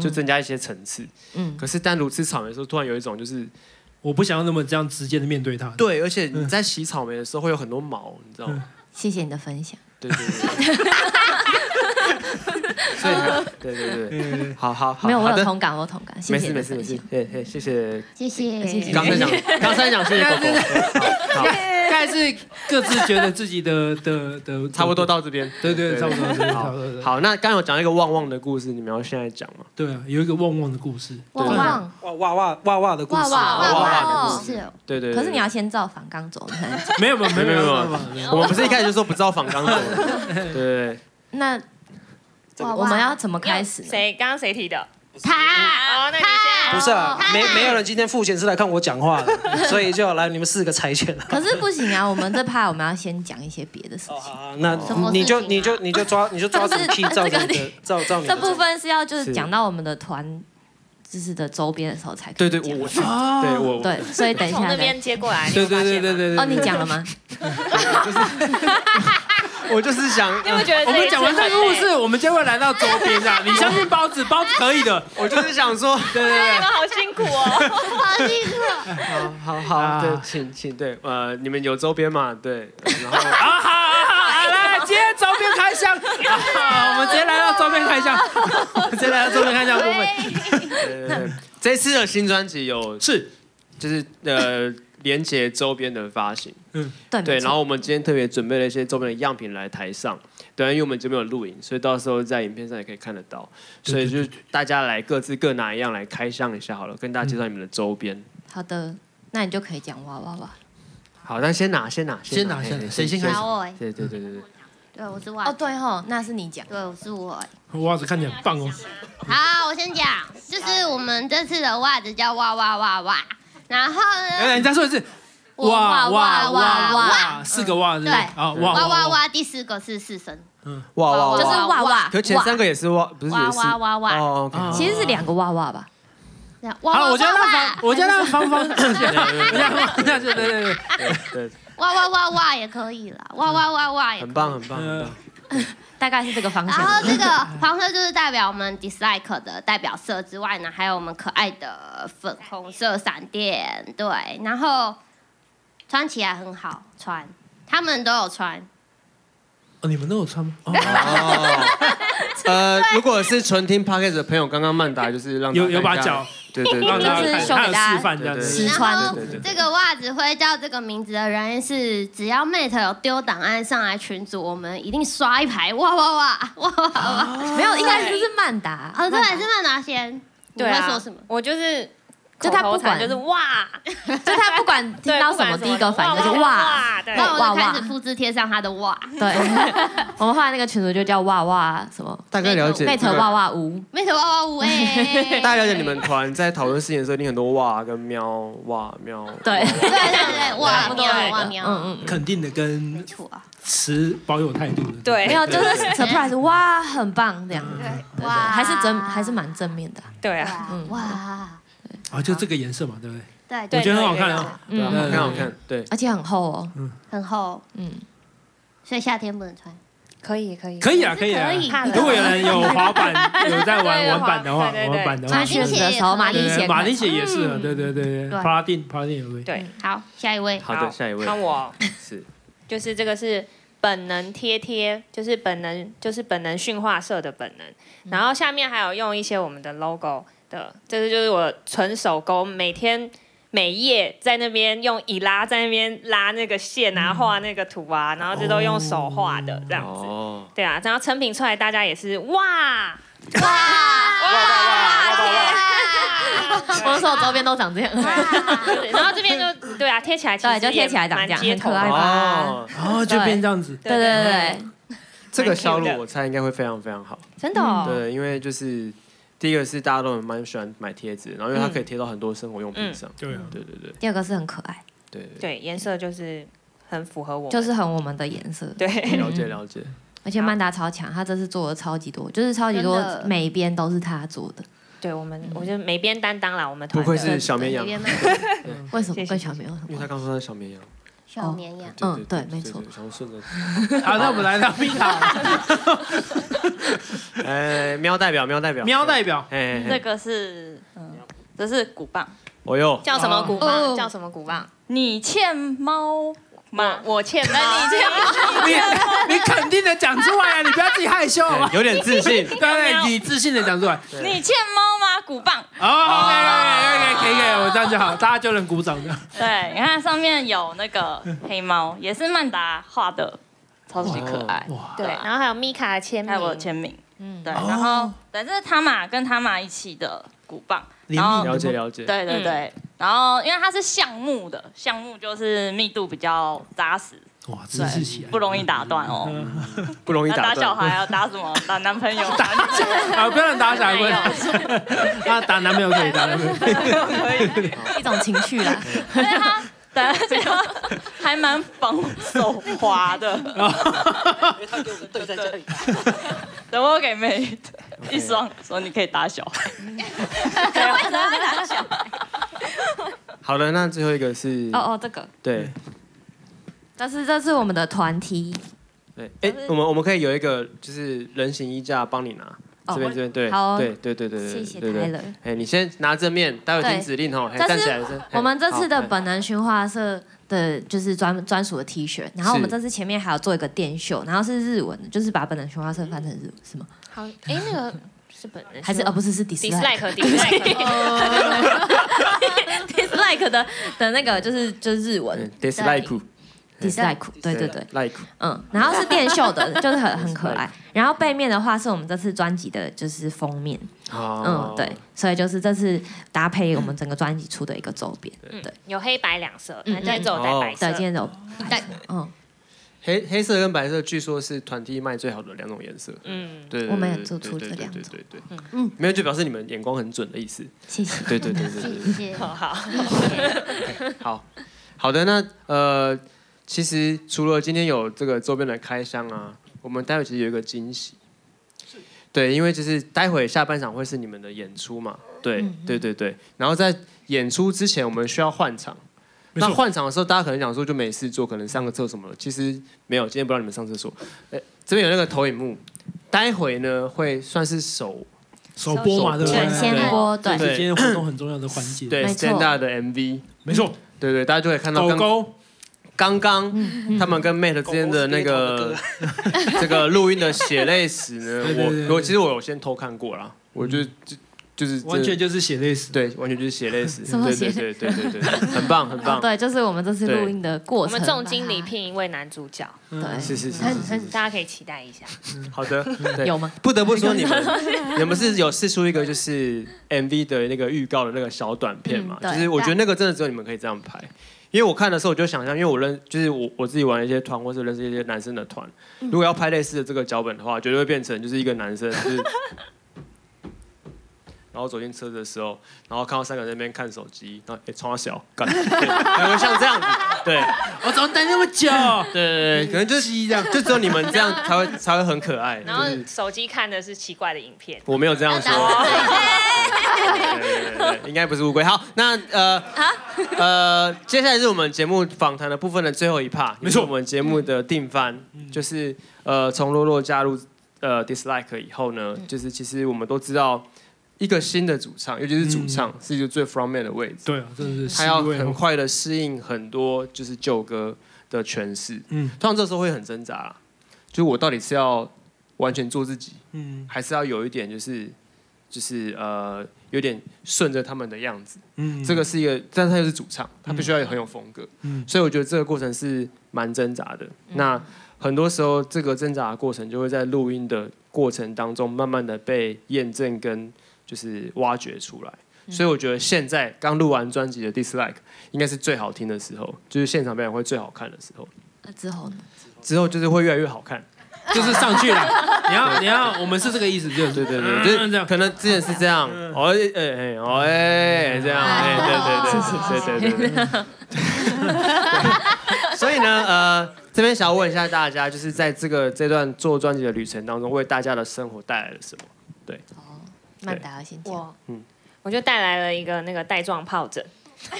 B: 就增加一些层次。
E: 嗯，
B: 可是单独吃草莓的时候，突然有一种就是嗯
D: 我不想要那么这样直接的面对他。
B: 对，而且你在洗草莓的时候会有很多毛，你知道吗？
E: 谢谢你的分享。
B: 对对对。 所以对对对，好好好，
E: 没有，我
B: 好
E: 有
B: 的
E: 同感，我有同感，谢
B: 没
E: 谢
B: 事
E: 你
B: 没
E: 的
B: 事没
E: 分享
B: 事。，对对，谢谢。
F: 谢谢，
E: 谢谢
B: 刚才讲，刚才讲谢谢狗狗对，好，好
D: 大概是各自觉得自己的的的
B: 差不多到这边，
D: 对对差不多到这边差
B: 好
D: 不多到这，边
B: 好，那刚刚有讲一个旺旺的故事，你们要现在讲吗？
D: 对啊，有一个旺旺的故事。
E: 旺旺
A: 哇哇哇哇哇的故事，
E: 哇哇
B: 哇哇
E: 哇
B: 的
E: 哦
B: 故事，对对。对
E: 可是你要先造反刚走，你才能讲
D: 没有没有
B: 没有没有没
D: 没
B: 有，我们不是一开始就说不知道仿钢 索吗？对对
E: 那
G: 哇
E: 我们要怎么开始呢？
G: 谁刚刚谁提的？
F: 他
G: 哦，那你
A: 不
G: 先。
A: 是啊，没没有人今天付钱是来看我讲话的， 所以就来你们四个猜拳了。
E: 可是不行啊， 我们这怕我们要先讲一些别
B: 哦
E: 的事情。
A: 啊那
E: 什么事情啊
A: 你就你就你就 抓你就抓
E: 不
A: 什
E: 是
A: 么屁，照着你
E: 这个
A: 的照照你
E: 这
A: 的。
E: 部分是要就是
B: 是
E: 讲到我们的团，就是的周边的时候才可以
B: 对对，
E: 讲
B: 我我去，对我我
E: 对，所以等一
G: 从
E: 下
G: 那
E: 再。
G: 边接过来，
D: 对对对对对对。
E: 哦，你讲了吗？
B: 我就是想，嗯
G: 你有没有觉哎得
D: 我们
G: 这一次
D: 讲完这
G: 很
D: 个故
G: 累
D: 事，我们就会来到周边啊！你相信包子，包子可以的。
B: 我就是想 说，对对
G: 你们好辛苦 哦。
F: 好辛苦，
B: 对，好 好
D: 啊
B: 好，对，请请对，呃，你们有周边嘛？对，然后
D: 啊好好好，来，今天周边开 箱，啊我们直接来到周边开箱，我们直接来到周边开箱的部分。
B: 对对对这次的新专辑有
D: 是，
B: 就是呃连接周边的发行，
E: 对
B: 对，
E: 没错
B: 然后我们今天特别准备了一些周边的样品来台上，对，因为我们这边有录影，所以到时候在影片上也可以看得到，所以就大家来各自各拿一样来开箱一下好了，跟大家介绍你们的周边。
E: 好的，那你就可以讲哇哇哇。
B: 好，那先拿，先拿，
D: 先拿先拿谁先开始
F: 找我哎
B: 对对对对对，
F: 对，我是
E: 哦，
F: 我，
E: 对吼，那是你讲。
F: 对，我是我哎。
D: 袜子看起来很棒哦，
F: 好，我先讲，就是我们这次的袜子叫哇哇哇哇，然后呢，
D: 哎，你再说一次，哇哇哇哇，四个哇是不是？
F: 对
D: 啊哇
F: 哇哇，哇，第四个是四声，
B: 哇哇哇！
E: 就是哇哇，
B: 可前三个也是哇，不是也是
F: 哇哇哇哇
B: 哦，OK，
E: 其实是两个哇哇吧？
F: 这样
D: 好，
F: 哇哇
D: 我觉得让
F: 哇
D: 芳，我觉得让芳芳，我觉得让芳，对对对对，
B: 对，对
F: 哇哇哇哇也可以了，哇哇哇哇也可以
B: 很棒很棒很棒。
E: 大概是这个方
F: 然
E: 向。
F: 后这个黄色就是代表我们 dislike 的代表色之外呢，还有我们可爱的粉红色闪电，对，然后穿起来很好穿，他们都有穿，
D: 哦，你们都有穿吗？哦
B: 哦，呃，如果是纯听 podcast 的朋友，刚刚曼达就是让
D: 有有把
B: 把
D: 脚，
B: 对对
D: 让
B: 对
D: 大家
E: 就是
D: 看，
E: 秀
D: 他
E: 给大
D: 有
E: 家
D: 示范这样子
B: 对。
E: 实
F: 然
E: 穿
F: 后
B: 对对对
F: 这个袜子会叫这个名字的原因是，只要 Mate 有丢档案上来群组，我们一定刷一排哇哇哇哇哇哇！
E: 没有，一开始是曼达。
F: 哦，对，
E: 曼达
F: 真的拿先，你
G: 对
F: 会
G: 啊，
F: 说什么？
G: 我就是，
E: 就他不
G: 口头禅
E: 管
G: 就是哇，
E: 就他不管听到什么，第一个反应就是哇。，
G: 对
F: 然后我
E: 哇
F: 就开
E: 哇
F: 始复制贴上他的袜
E: 对， 我们后来那个群组就叫哇哇什么
B: 大概了解
E: 内
B: 这
E: 特
B: 个
E: 哇哇屋，
F: ，Mate 哇哇呜 哎！
B: 大家了解你们团在讨论事情的时候，一定很多哇跟喵哇喵。
E: 对，
F: 对对对，哇
G: 对
F: 喵
G: 对
F: 哇
E: 嗯
F: 喵，
E: 嗯嗯。
D: 肯定的跟
F: 没错啊，
D: 持保有态度的，
G: 对
E: 没有，就是 surprise，哇，很棒这样，对
F: 哇
E: 还是正，还是蛮正面的啊。
G: 对
F: 对
G: 啊，
F: 啊
E: 嗯
F: 哇，
D: 啊，就这个颜色嘛，对不对？
F: 对，
D: 我
F: 对
D: 觉得很好
G: 对
D: 看
G: 对
D: 啊，
B: 对啊，
E: 嗯
B: 好看好看，对，
E: 而且很厚哦，
F: 很厚，
E: 嗯，
F: 所以夏天不能穿。
G: 可以可以
D: 可以啊，
F: 可
D: 可
F: 以
D: 以啊。
G: 怕冷
D: 如果有人有滑板，有在玩
G: 对有
D: 玩
G: 滑
D: 板的话，
G: 对对对
D: 玩板的话
E: 穿
F: 马，
E: 靴
F: 丁
E: 子
F: 鞋
E: 的时候，
F: 也可以
E: 马丁
D: 对
E: 鞋，
D: 马丁鞋也是啊，
E: 嗯
D: 对对对对，
F: 对
D: 帕拉丁帕拉丁也会。
G: 对。
D: 哎
F: 好，下一位，
B: 好的，下一位
G: 看我
B: 是
G: 就是这个是本能贴贴，就是本能，就是本能驯化社的本能。然后下面还有用一些我们的 logo 的，这个就是我纯手工，每天每夜在那边用以拉在那边拉那个线啊，画那个图啊，然后这都用手画的这样子。
B: 哦，
G: 对啊，然后成品出来，大家也是哇，
E: 我所有周边都长这样，
G: 啊然后这边就对啊，贴起来其实
E: 对，就贴起来长
G: 也
E: 这样，
G: 蛮街
E: 很
G: 头
E: 可
G: 的
E: 爱吧？
F: 哦
D: 然后就变这样子。
E: 对对对，
B: 这个销路我猜应该会非常非常好。
G: 真的哦
B: 嗯对，因为就是第一个是大家都蛮喜欢买贴纸，然后因为它可以贴到很多生活用品上。对对对对
E: 第二个是很可爱，
B: 对
G: 对，颜色就是很符合我们，
E: 就是很我们的颜色。
G: 对
B: 对，了解了解。
E: 而且曼达超强，他这次做的超级多，就是超级多
G: 真的
E: 每一边都是他做的。
G: 对我们，我觉得每边担当啦，我们
B: 不
G: 团
B: 愧
G: 队
B: 是小绵羊，
E: 为什么跟小绵羊？
B: 因为他刚说他是小绵羊。
F: 小绵羊，
D: 哦
E: 嗯，对，没
B: 对
E: 错
B: 对。想要顺着。
J: 好，那我们来到 B 塔，
B: 呃，喵代表，喵代表，
J: 喵代表
B: 哎，
I: 这个是，嗯，这是鼓棒，
B: 我哟，
G: 叫什么鼓
I: 哦
G: 棒？叫什么鼓棒？
I: 你欠猫吗？
G: 我欠猫，
I: 你欠 猫，
J: 你你肯定的讲出来啊，你不要自己害羞好吗？
B: 有点自信
J: 对 对，你自信的讲出来。
I: 你欠猫吗？鼓棒。
J: 哦，OK OK OK OK，我这样就好，大家就能鼓掌的。
I: 对，你看上面有那个黑猫，也是曼达画的，超级可爱。
G: 对，
I: 啊
G: 然后还有米卡的签名，
I: 还有我的签名。嗯，
B: 哦
I: 对，然后对，这是他玛跟他玛一起的鼓棒，然后
B: 了解了解。
I: 对对对，然后因为它是橡木的，橡木就是密度比较扎实，
J: 哇，
I: 对，不容易打断哦。
B: 不容易
I: 那
B: 打
I: 打
B: 断
I: 小孩要打什么？打男 朋友？打
J: 啊，不要让打小孩
G: 哎
J: 棍，啊，打男朋友可以，打男朋友可以。
E: 一种情趣啦，
I: 对它对， 而且它还蛮防 手滑的。对对 对，等我给妹一双，说你可以打小孩。
B: 好了，那最后一个是，
E: 哦哦，这个，
B: 对
E: 但是这是我们的团体，
B: 对，哎，我们我们可以有一个就是人形衣架帮你拿，这边这边对，
E: 好
B: 对对对对对，
E: 谢谢
B: 对对
E: 泰勒
B: 哎，你先拿正面，待会
E: 对
B: 听指令哦，嘿
E: 这
B: 站起来
E: 是
B: 是。
E: 我们这次的
B: 嘿好
E: 本能驯化社的，就是专专属的 T 恤。然后我们
B: 是
E: 这次前面还有做一个电秀，然后是日文的，就是把本能驯化社翻成日文是吗？
G: 好，哎，那个是哦本 人
E: 还是呃不嗯是是 dislike
G: dislike，dislike
E: 哦 dislike 的的那个就是就是日文
B: 对 dislike
E: dislike，对对对。
B: like
E: 嗯，然后是电绣 的，就是很很可爱。然后背面的话是我们这次专辑的，就是封面，
B: 哦
E: 嗯，对，，所以就是这次搭配我们整个专辑出的一个周边，
G: 嗯
E: 对，
G: 有黑白两色，
E: 嗯
G: 今天只有带
B: 哦
G: 白
E: 对，
G: 色
E: 今。天有白色，嗯。
B: 黑黑色跟白色据说是团体卖最好的两种颜色，
G: 嗯，
B: 对，对
E: 我们也
B: 对
E: 做
B: 对
E: 出
B: 对
E: 这
B: 对
E: 两
B: 对
E: 种
B: 对对，对
E: 嗯，
B: 没有就表示你们眼光很准的意思，
E: 谢 谢。
B: 对对对对对对。
F: 谢谢。
G: 哦好，
B: 好好的，那呃，其实除了今天有这个周边的开箱啊，我们待会其实有一个惊喜。对，因为就是待会下半场会是你们的演出嘛，对、
D: 嗯
B: 对对对。然后在演出之前，我们需要换场。
D: 错
B: 那换场的时候，大家可能想说就没事做，可能上个厕所什么的。其实没有，今天不让你们上厕所。呃，这边有那个投影幕，待会呢会算是首
D: 首播嘛，对不对？
E: 对先播
D: 这
E: 对
D: 是今天活动很重要的环节。
B: 对
E: 没错
B: stand up 的 MV，
D: 没错，
B: 对对，大家就可以看到
D: 狗
B: 刚
D: 嗯狗
B: 刚刚他们跟 Mate 之间的那个这个录音的血泪史呢
D: 对对，对
B: 我我其实我有先偷看过啦，我就就就是
D: 完全就是血泪史。
B: 对，完全就是血泪史，
E: 什么
B: 对
E: 血
B: 对
E: 泪
B: 对对对对，对很棒很棒，
E: 对，就是我们这次录音的过
G: 我
E: 程。
G: 们重金礼，聘一位男主角，
E: 对，
B: 是是是，
E: 很很
G: 大家可以期待一下。
B: 好的，对，
E: 有吗？
B: 不得不说你们你们是有试出一个就是 MV 的那个预告的那个小短片嘛，
E: 嗯对
B: 就是我觉得那个真的只有你们可以这样拍。因为我看的时候，我就想象，因为我认就是我我自己玩一些团，或是认识一些男生的团，如果要拍类似的这个脚本的话，绝对会变成就是一个男生，就是然后走进车子的时候，然后看到三个人在那边看手机，然后诶，冲他小，干， 对可能会哎像这样子，对
J: 我怎么等那么久？
B: 对对对，可能 就是这样，就只有你们这样才会才会很可爱。
G: 然后
B: 就是
G: 手机看的是奇怪的影片，
B: 我没有这样说。对对对对应该不是乌龟。好，那呃呃，接下来是我们节目访谈的部分的最后一 part，没错，我嗯们节目的定番，就是呃，从洛洛加入呃 dislike 以后呢，就是其实我们都知道，一个新的主唱，尤其是主唱，是一个最 front man 的位置，
J: 哦
D: 对啊，真的是
B: 他要
D: 吸味
B: 很快的适应很多就是旧歌，的诠释。
J: 嗯
B: 嗯，通常这时候会很挣扎啦，就是我到底是要完全做自己，
J: 嗯
B: 还是要有一点就是就是呃有点顺着他们的样子。
J: 嗯
B: 这个是一个，但是他又是主唱，他必须要很有风格。
J: 嗯
B: 所以我觉得这个过程是蛮挣扎的。那很多时候，这个挣扎的过程就会在录音的过程当中，慢慢的被验证跟就是挖掘出来。
J: 嗯
B: 所以我觉得现在刚录完专辑的《Dislike》应该是最好听的时候，就是现场表演会最好看的时候。
E: 那之后呢？
B: 之后就是会越来越好看，
J: 就是上去 了
B: 你要你要，我们是这个意思，就是对对对，就是可能之前嗯是这样，哦哎哎哎哦哎这样，哎对对对对对对对。 所以呢，呃，这边想要问一下大家，就是在这个这段做专辑的旅程当中，为大家的生活带来了什 么？对，
E: 曼达要先
G: 我
B: 嗯
G: 我就带来了一个那个带状疱疹，
E: 他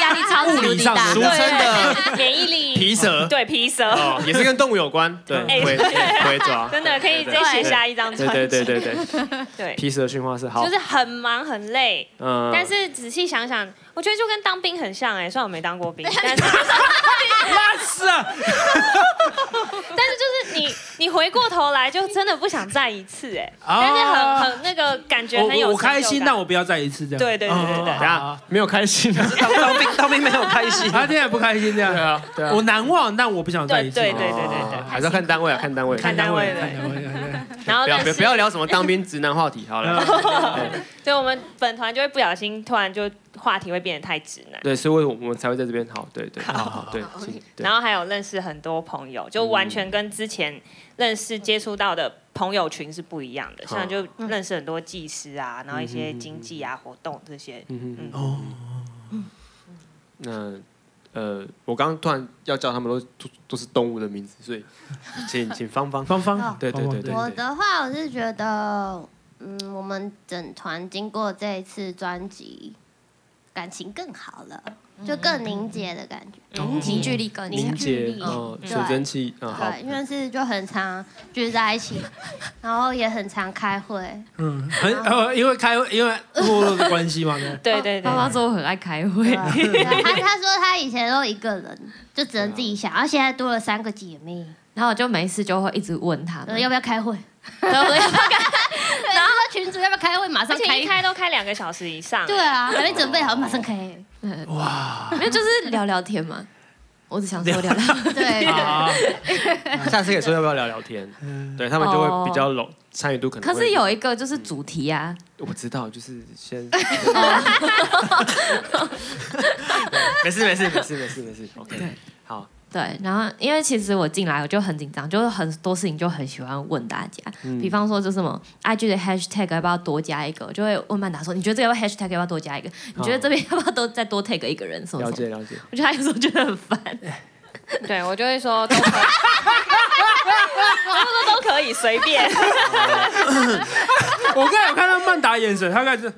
E: 压力超级无敌大，
B: 俗称的
G: 对免疫 力
B: 皮蛇
G: 对皮蛇
B: 哦，也是跟动物有关，对，
G: 哎
B: 回
G: 对
B: 回抓，
G: 真的可以
B: 对
G: 再写下一张专辑，
B: 对对对对对
G: 对，对，
B: 皮蛇驯化是好，
G: 就是很忙很累，
B: 嗯
G: 但是仔细想想，我觉得就跟当兵很像哎，虽然我没当过兵，但是
J: 拉屎啊！
G: 但是就是你你回过头来就真的不想再一次哎，
J: 哦
G: 但是很很那个感觉很有
J: 我我开
G: 成就
J: 心，
G: 感
J: 但我不要再一次这样。
G: 对对对对对
J: 哦
G: 对
J: 好好好
B: 没有开心，当
J: 当
A: 兵 当兵没有开 心，
J: 他现在不开心这样。对
B: 啊，对啊
J: 我难忘，但我不想再一次。
G: 对
D: 哦
G: 对对对对对
B: 还是要看单位啊，看单位，
G: 看单位对。然后
B: 不要
G: 但
B: 不要
G: 是
B: 不要聊什么当兵直男话题好了。 对
G: 对，我们本团就会不小心突然就话题会变得太直男。
B: 对，所以我们才会在这边好，对对，好好对，请对
G: 然后还有认识很多朋友，就完全跟之前认识接触到的朋友群是不一样的。
B: 嗯
G: 像就认识很多技师啊，然后一些经济啊、活动这些。
B: 嗯嗯
G: 嗯，
B: 哦，那呃，我刚刚突然要叫他们都都都是动物的名字，所以请请芳芳芳
F: 芳
B: 对对对对
F: 我
B: 对，
F: 的话，我是觉得，嗯，我们整团经过这一次专辑，感情更好了，就更凝结的感觉，
B: 嗯
E: 凝聚力更强
B: 凝
E: 凝聚
B: 结
E: 力
B: 哦，
F: 嗯
B: 水蒸气啊，好
F: 对，因为是就很常聚在一起，然后也很常开 会，
J: 嗯，很呃，因为开会，因为落落的关系 嘛。
D: 嗯
G: 对对
E: 爸
F: 哦
E: 爸说我很爱开会，
F: 对他他说他以前都一个人，就只能自己想，然后现在多了三个姐妹，
E: 然后我就没事就会一直问他
F: 呃
E: 们
F: 要不要开会？
B: 嗯
E: 对我也
F: 然后群主要不要开会？马上
G: 而且
F: 开
G: 一开都开两个小时以上。
F: 对啊，还没准备好马上开。
E: 哇，没有就是聊聊天嘛，我只想说聊聊，
F: 对
D: 啊
B: 好，下次可以说要不要聊聊 天，对他们就会比较拢参与度可能
E: 可
B: 会。
E: 是有一个就是主题啊，
B: 我知道，就是先。 没事没事没事没事没事，OK，好，
E: 对，然后因为其实我进来我就很紧张，就是很多事情就很喜欢问大家，
B: 嗯
E: 比方说就什么 IG 的 hashtag 要不要多加一个，我就会问曼达说你觉得这个 hashtag 要不要多加一个？你觉得这边 要不要多再多 take 一个人什么
B: 了
E: 什
B: 解
E: 么？
B: 了解。
E: 我觉得他有时候觉得很烦，
G: 对我就会说都可以， 我就说都可以随便。
D: 我刚才有看到曼达眼神，他开始，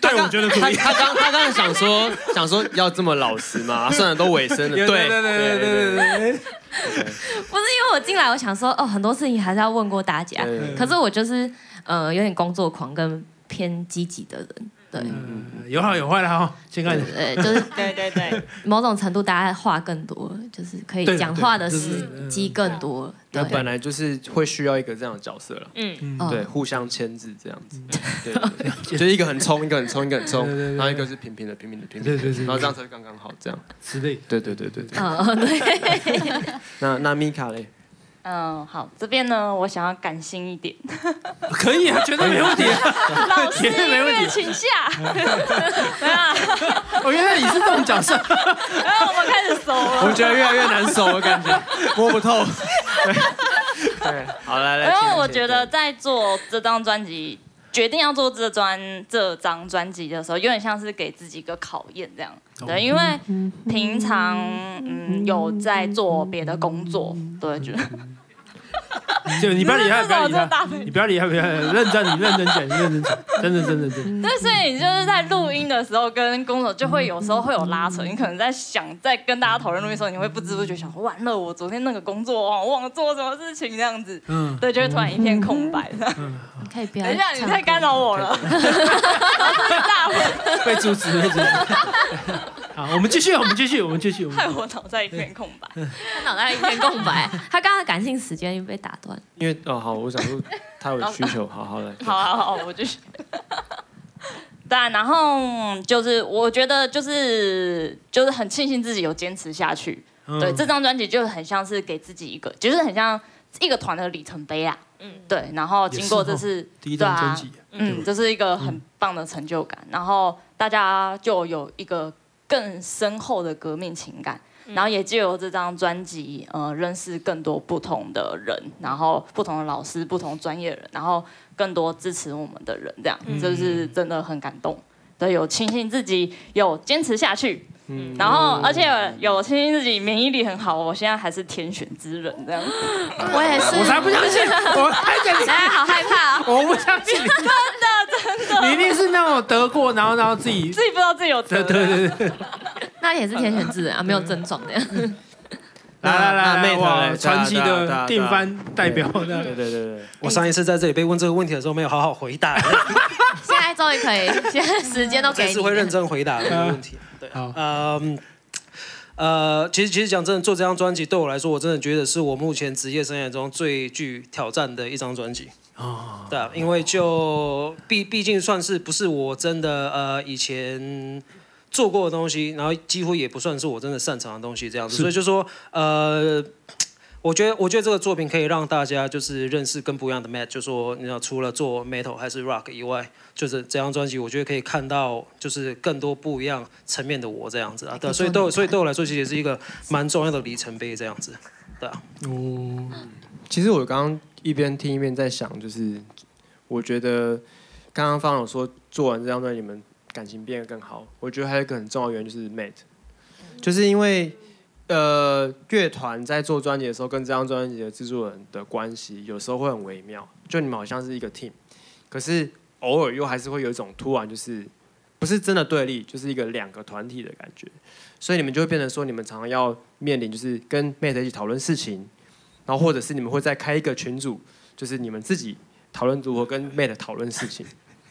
D: 对，我觉得可
B: 他
D: 以。
B: 他刚他刚才想说想说要这么老实吗？虽然都尾声了，对
D: 对对对对对对
B: 对
E: 不是因为我进来我想说哦很多事情还是要问过大家
B: 对，
E: 可是我就是呃有点工作狂跟偏积极的人，对。
D: 嗯有好有坏哦了哈，先看你。
E: 呃，就是
G: 对对对，
E: 某种程度，大家话更多，就是可
B: 对
E: 以讲话的时机更多。
B: 那本来就是会需要一个这样的角色了，
G: 嗯
B: 对，互相牵制这样子，对，对对就是一个很冲，一个很冲，一个很冲，然后一个是平平的，平平的，平平的，然后这样才会刚刚好，这样
D: 之类，
B: 对对对对对。
E: 嗯，对，
B: 那那米卡嘞，
I: 嗯，好，这边呢，我想要感性一点，
D: 可以啊，绝对没问题。
I: 老师
D: 绝对没
I: 音
D: 问题
I: 乐请 下。没有啊，
D: 哦，原来你是这种角 色，
I: 然哎后我们开始熟了。
B: 我觉得越来越难熟的感觉，摸不透。对对，好来来，
I: 因
B: 请
I: 为
B: 你
I: 我
B: 请
I: 觉得在做这张专辑，决定要做这专这张专辑的时候，有点像是给自己一个考验这样。
D: 哦
I: 对，因为平常嗯有在做别的工作，对，觉得
D: 就你不要理 他，不要理
I: 这种这种大
D: 他，你不要理他，不要理他认真，你认真讲，你认真讲，真的真的真的。
I: 对，所以你就是在录音的时候跟工作就会有时候会有拉扯，你可能在想在跟大家讨论录音的时候，你会不知不觉想说完了，我昨天那个工作哦，忘了做什么事情这样子，
J: 嗯
I: 对，就会突然一片空白。
E: 你可以不要
I: 等一下，你
E: 唱
I: 太干扰我了，大
D: 被阻止，被阻止。好，我们继续，我们继续，我们继续。我们
I: 害我脑袋一片空白。
E: 他脑袋一片空白，他刚刚感性时间被打断。
B: 因为哦好，我想说他有需求，好好来。
I: 好好好，我就是。 对啊，然后嗯就是我觉得就是就是很庆幸自己有坚持下去。
E: 嗯
I: 对，这张专辑就很像是给自己一个，就是很像一个团的里程碑啊。嗯，对，然后经过这
J: 也是
I: 次
J: 哦第一张专辑
I: 对啊嗯，这是一个很棒的成就感。然后大家就有一个更深厚的革命情感，然后也借由这张专辑，呃，认识更多不同的人，然后不同的老师、不同专业人，然后更多支持我们的人，这样
E: 嗯
I: 就是真的很感动。对，有庆幸自己有坚持下去，
B: 嗯
I: 然后而且有庆幸自己免疫力很好，我现在还是天选之人这 样。
E: 我也是
J: 我才不 相信，我还想你，
E: 哎好害 怕哦
J: 我不相信你，
I: 真的真的，
J: 你一定是那种得过，然后然后自己
I: 自己不知道自己 有
J: 对对对对，
E: 那也是天选之人啊，没有症状的呀。
J: 来来来，哇，
B: 嘞
J: 传奇
B: 对啊对啊对
J: 的
B: 啊
J: 定番代表
B: 对
J: 的，
B: 对对对，
A: 我上一次在这里被问这个问题的时候，没有好好回答，
E: 现在终于可以，现在时间都
A: 这
E: 给
A: 次
E: 你
A: 会
E: 了。
A: 认真回答这个问 题。对，呃。嗯呃，其实其实讲真的，做这张专辑对我来说，我真的觉得是我目前职业生涯中最具挑战的一张专辑。
J: 哦，
A: 对啊，因为就毕毕竟算是不是我真的呃以前做过的东西，然后几乎也不算是我真的擅长的东西这样子，
J: 是
A: 所以就说呃。我觉得，我觉得这个作品可以让大家就是认识跟不一样的 Matt，就说你知道，除了做 Metal 还是 Rock 以外，就是这张专辑，我觉得可以看到就是更多不一样层面的我这样子啊，对啊，所以对我，所以对我来说，其实也是一个蛮重要的里程碑这样子，对啊。
B: 哦，其实我刚刚一边听一边在想，就是我觉得刚刚方总说做完这张专辑，你们感情变得更好。我觉得还有一个很重要的原因就是 Mate，就是因为呃乐团在做专辑的时候，跟这张专辑的制作人的关系有时候会很微妙，就你们好像是一个 team，可是偶尔又还是会有一种突然就是不是真的对立，就是一个两个团体的感觉。所以你们就会变成说，你们常常要面临就是跟 Mate 一起讨论事情，然后或者是你们会再开一个群组，就是你们自己讨论如何跟 Mate 讨论事情。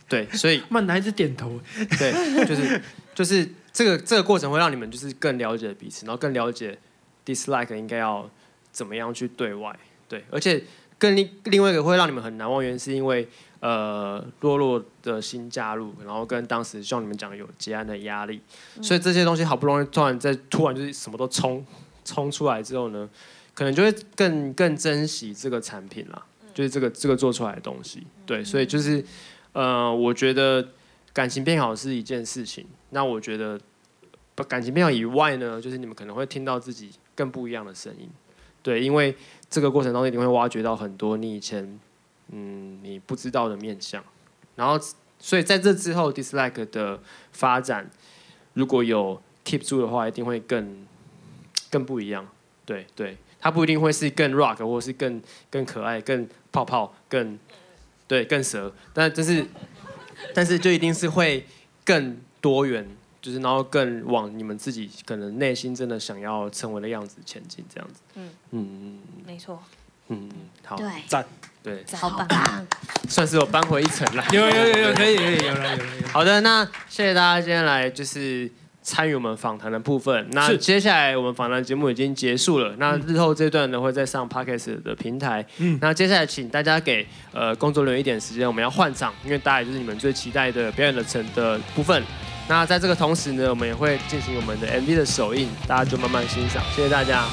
B: 对，所以
D: 曼男一直点头，
B: 对，就是就是这个这个过程会让你们就是更了解彼此，然后更了解 dislike 应该要怎么样去对外。对，而且更另另外一个会让你们很难忘原因是因为呃洛洛的新加入，然后跟当时像你们讲的有结案的压力，所以这些东西好不容易突然在突然就是什么都冲冲出来之后呢，可能就会更更珍惜这个产品啦，就是这个这个做出来的东西。对，所以就是呃，我觉得感情变好是一件事情，那我觉得把感情变好以外呢，就是你们可能会听到自己更不一样的声音。对，因为这个过程当中，你会挖掘到很多你以前嗯你不知道的面相，然后所以在这之后，dislike 的发展如果有 keep 住的话，一定会更更不一样。对对，它不一定会是更 rock 或是更更可爱、更泡泡、更对更蛇，但但是但是就一定是会更多元。就是，然后更往你们自己可能内心真的想要成为的样子前进，这样子。
G: 嗯
B: 嗯嗯
G: 没错。
B: 嗯，好，
G: 对
B: 赞，对，
E: 好
F: 啊
E: 棒！
B: 算是我扳回一城了。
J: 有有有有可以可以有了有了，
B: 好的，那谢谢大家今天来就是参与我们访谈的部分。那
J: 是
B: 接下来我们访谈节目已经结束了，那日后这段呢会再上 Podcast 的平台。
J: 嗯
B: 那接下来请大家给呃工作人员一点时间，我们要换场，因为大家也就是你们最期待的表演的成的部分。那在这个同时呢，我们也会进行我们的 MV 的首映，大家就慢慢欣赏。谢谢大家。